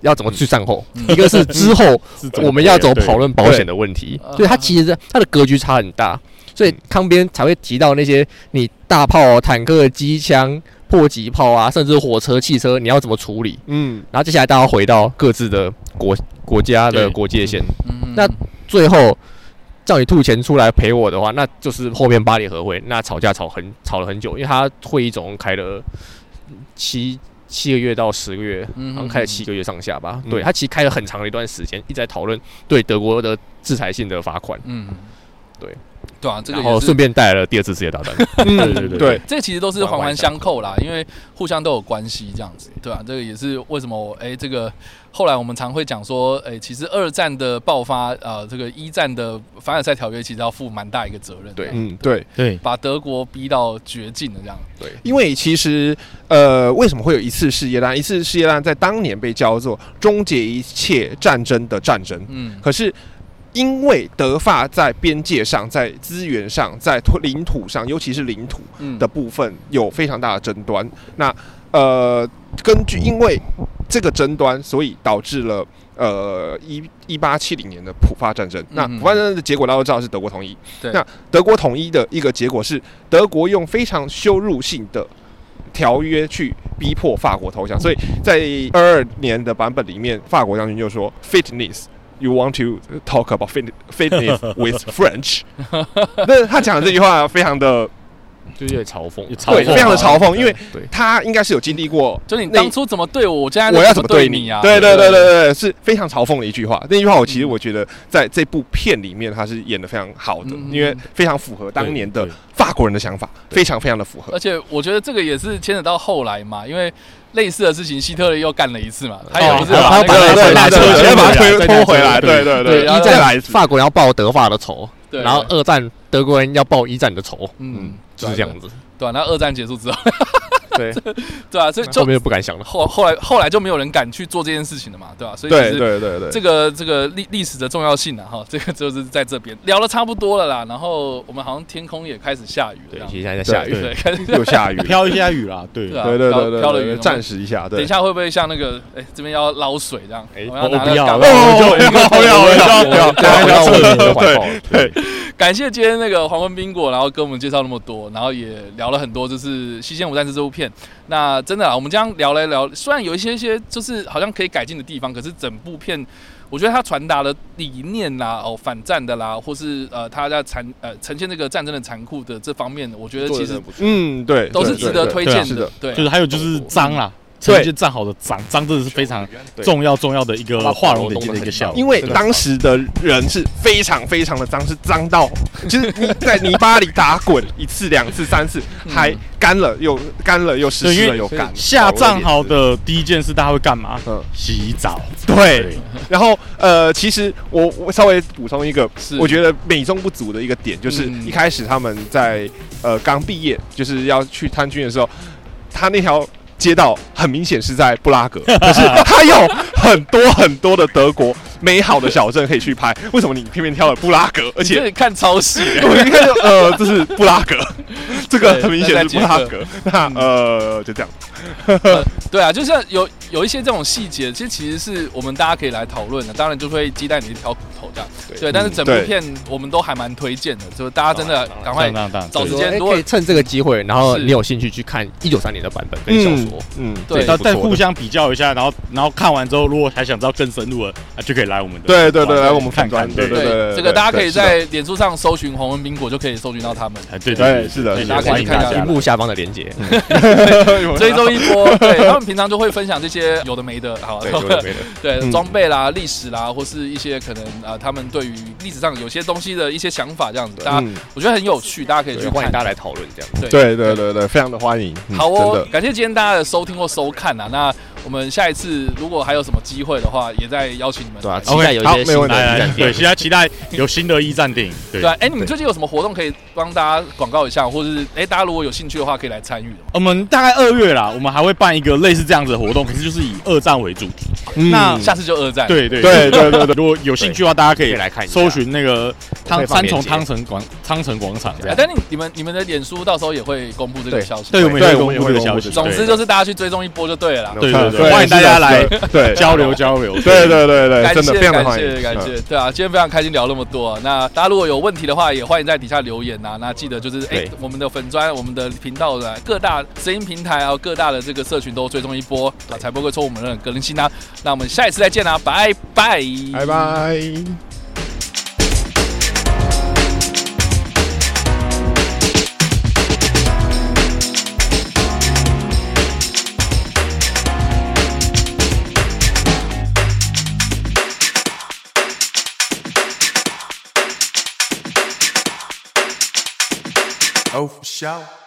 S3: 要怎么去善后，一个是之后
S4: 是怎么
S3: 我们要走
S4: 对
S3: 讨论保险的问题
S2: 对，
S3: 所以它其实它的格局差很大，所以康边才会提到那些你大炮、啊坦克、机枪、迫击炮啊，甚至火车、汽车，你要怎么处理？
S5: 嗯，
S3: 然后接下来大家回到各自的国国家的国界线，
S2: 嗯
S3: 那最后叫你吐钱出来陪我的话，那就是后面巴黎和会，那吵架吵很吵了很久，因为他会议总共开了七七个月到十个月，
S2: 嗯
S3: 好
S2: 哼
S3: 像开了七个月上下吧。
S5: 嗯
S3: 对他其实开了很长的一段时间，一直在讨论对德国的制裁性的罚款，
S2: 嗯，
S3: 对
S2: 对啊，这个
S3: 然
S2: 也
S3: 后
S2: 是
S3: 顺便带来了第二次世界大战。
S5: 对
S4: 对对
S5: 对，
S2: 这其实都是环环相扣啦，因为互相都有关系，这样子，对啊，这个也是为什么我哎，这个后来我们常会讲说，哎，其实二战的爆发，呃，这个一战的凡尔赛条约其实要负蛮大一个责任，
S3: 对
S5: 嗯，对，
S4: 对，
S2: 把德国逼到绝境的这样，
S5: 因为其实呃，为什么会有一次世界大战？一次世界大战在当年被叫做终结一切战争的战争，
S2: 嗯，
S5: 可是。因为德法在边界上、在资源上、在土领土上，尤其是领土
S2: 嗯
S5: 的部分有非常大的争端。那呃，根据因为这个争端，所以导致了呃一一八七零年的普法战争。那
S2: 嗯
S5: 普法战争的结果大家都知道是德国统一。
S2: 对
S5: 那德国统一的一个结果是德国用非常羞辱性的。条约去逼迫法国投降，所以在二二年的版本里面，法国将军就说 “fitness”。You want to talk about fit fitness with French？那他讲的这句话非常的
S3: 就是有点嘲讽，
S4: 嘲
S5: 对，
S4: 讽啊
S5: 非常的嘲讽，因为
S3: 对
S5: 他应该是有经历过，
S2: 就你
S5: 那
S2: 当初怎么对我，我现在
S5: 我要
S2: 么
S5: 怎么对
S2: 你啊？
S5: 对对对对对，对是非常嘲讽的一句话。那句话我其实我觉得在这部片里面他是演的非常好的，
S2: 嗯
S5: 因为非常符合当年的法国人的想法，非常非常的符合
S2: 而。且我觉得这个也是牵扯到后来嘛，因为类似的事情，希特勒又干了一次嘛，他也不是
S3: 哦
S2: 把那个
S3: 他把
S5: 对
S3: 把
S5: 对
S3: 车
S5: 对
S3: 先
S5: 要把它
S3: 回来
S5: 推
S3: 再
S5: 拖
S3: 拿
S5: 回
S3: 车
S5: 来，
S3: 对
S5: 对对
S3: 对，
S5: 然
S3: 一
S5: 后再来一
S3: 战
S5: 次。
S3: 法国人要报德法的仇，
S2: 对，
S3: 然后
S2: 对
S3: 二战德国人要报一战的仇，
S2: 嗯，
S3: 就是这样子。
S2: 对啊，那二战结束之后，
S3: 对，
S2: 对啊，所以
S3: 后
S2: 就
S3: 面就不敢想了。
S2: 后后来后来就没有人敢去做这件事情了嘛，对吧、所以其
S5: 对
S2: 实
S5: 对对对，
S2: 这个这个历历史的重要性啊，哈，这个就是在这边聊的差不多了啦。然后我们好像天空也开始下雨了这
S3: 对，
S2: 样，
S3: 其实现在在下雨，
S2: 对，开始
S5: 又下雨，
S4: 飘一下雨啦，对
S2: 对，啊
S5: 对对对对，
S2: 飘了
S5: 对
S2: 雨，
S5: 暂时一下，
S2: 等
S5: 对
S2: 一。下会不会像那个，哎，这边要捞水这样？我们要
S4: 我
S2: 拿
S4: 不要
S2: 那
S5: 哦，
S2: 个
S4: 我
S5: 我要我要我要
S3: 不要不要不要我们的怀抱了。
S2: 感谢今天那个黄昏冰果，然后跟我们介绍那么多，然后也聊了很多，就是《西线无战事》这部片。那真的啊，我们这样聊来聊，虽然有一些些就是好像可以改进的地方，可是整部片，我觉得它传达的理念啦，哦，反战的啦，或是呃，它在残呃呈现这个战争的残酷的这方面，我觉得其实
S5: 嗯，对，
S2: 都是
S5: 对
S2: 值得
S5: 对
S2: 推
S5: 对
S2: 荐
S5: 是
S2: 的
S5: 的，。
S2: 对
S4: 就是 还有就是脏啦，
S5: 对
S4: 呈现战壕的脏，脏真的是非常
S3: 对
S4: 重要重要的一个画龙哦点睛的一个效果。
S5: 因为当时的人是非常非常的脏，是 脏到就是你在泥巴里打滚一次、两次、三次，还干了又干了又湿
S4: 嗯对因
S5: 湿
S4: 为
S5: 了又干，
S4: 下战壕的第一件事，大家会干嘛？
S5: 嗯
S4: 洗澡。
S5: 对。然后呃，其实我我稍微补充一个
S2: 是，
S5: 我觉得美中不足的一个点，就是
S2: 嗯
S5: 一开始他们在呃刚毕业就是要去参军的时候，他那条。街道很明显是在布拉格，可 是他有很多很多的德国美好的小镇可以去拍，为什么你偏偏挑了布拉格？而且
S2: 这里看超细、
S5: 我一看就呃，这是 布拉格，这个
S2: 对
S5: 很明显是布拉格。那
S2: 嗯
S5: 呃，就这样。
S2: 对啊，就像有有一些这种细节，其实其实是我们大家可以来讨论的，当然就会鸡蛋里挑骨头这样。对，
S3: 嗯
S2: 但是整部
S5: 对
S2: 片我们都还蛮推荐的，就是大家真的赶快
S4: 当当当，
S2: 找
S4: 对
S2: 时
S3: 说
S2: 间，
S3: 哎
S2: 如果
S3: 可以趁这个机会，然后
S2: 是
S3: 你有兴趣去看一九三年的版本跟小说，
S5: 嗯，
S2: 对
S4: 再
S3: 不错
S4: 再
S3: 的
S4: 互相比较一下，然后然后看完之后，如果还想知道更深入的，啊，就可以来我们的
S5: 对对对，来我们
S4: 看
S5: 粉
S4: 看
S5: 砖，对
S4: 对
S5: 对对，
S2: 这个大家可以
S5: 对是的
S2: 在脸书上搜寻“黄文冰果”，就可以搜寻到他们，
S4: 哎对
S5: 对是的
S4: 对
S5: 是
S2: 的
S4: 欢迎
S2: 大家可以看
S4: 大
S2: 一下
S4: 家
S3: 屏幕下方的连嗯接，
S2: 追踪一 波。对他们平常就会分享这些有的没的，好，
S3: 对，有的没的，
S2: 对
S5: 嗯
S2: 装备啦、历史啦，或是一些可能呃他们对于历史上有些东西的一些想法，这样子，大家
S5: 嗯
S2: 我觉得很有趣，大家可以
S3: 对
S2: 去
S3: 欢
S2: 看
S3: 迎大。家来讨论这样。
S5: 对对对对，非常的欢迎。嗯
S2: 好
S5: 真
S2: 哦
S5: 的，
S2: 感谢今天大家的收听或收看啊。那我们下一次如果还有什么机会的话，也再邀请你们哦
S3: 对啊，
S2: 来。
S3: 期待有一
S5: 好
S3: 些
S5: 没
S3: 新
S5: 问
S3: 的
S5: 题
S4: 来
S3: 一
S4: 来，
S3: 战
S4: 对，
S3: 点。
S4: 期待期待有新的一战电影，对
S2: 对啊，哎、你们最近有什么活动可以帮大家广告一下，或者是哎、大家如果有兴趣的话，可以来参与的嘛。
S4: 我们大概二月啦，我们还会办一个类似这样子的活动，可是就是以二战为主题。
S5: 嗯
S4: 那
S2: 下次就二战。
S4: 对对
S5: 对对对 对，
S4: 如果有兴趣的话，大家可以
S3: 可以来看一下
S4: 搜寻那个
S3: 我
S4: 汤
S3: 会放
S4: 三
S3: 链
S4: 重
S3: 接
S4: 汤城广汤城广场这
S2: 哎
S4: 样。
S2: 但你你们你们的脸书到时候也会公布这个
S3: 对
S2: 消息。
S4: 对，我们也
S5: 对
S4: 会
S5: 我
S4: 公
S5: 们
S4: 布这
S5: 也
S4: 个
S5: 会公
S4: 消
S5: 布
S4: 息。
S5: 这个
S2: 总之就是大家去追踪一波就对了啦。
S4: 对对对，
S5: 对
S4: 欢迎大家来
S5: 是的对
S4: 交流交流。
S5: 对对对对，
S2: 感
S5: 真
S2: 谢
S5: 的非常的
S2: 感
S5: 欢
S2: 谢
S5: 迎。
S2: 感
S5: 嗯
S2: 谢，对啊，今天非常开心聊那么多、那大家如果有问题的话，也欢迎在底下留言呐、那记得就是哎、
S3: 对
S2: 我们的粉砖、我们的频道的各大声音平台还有各大的这个社群都追踪一波啊，才不会错过我们的更新啊。那我们下一次再见啦、啊拜拜，
S5: 拜拜。
S6: Oh, for sure.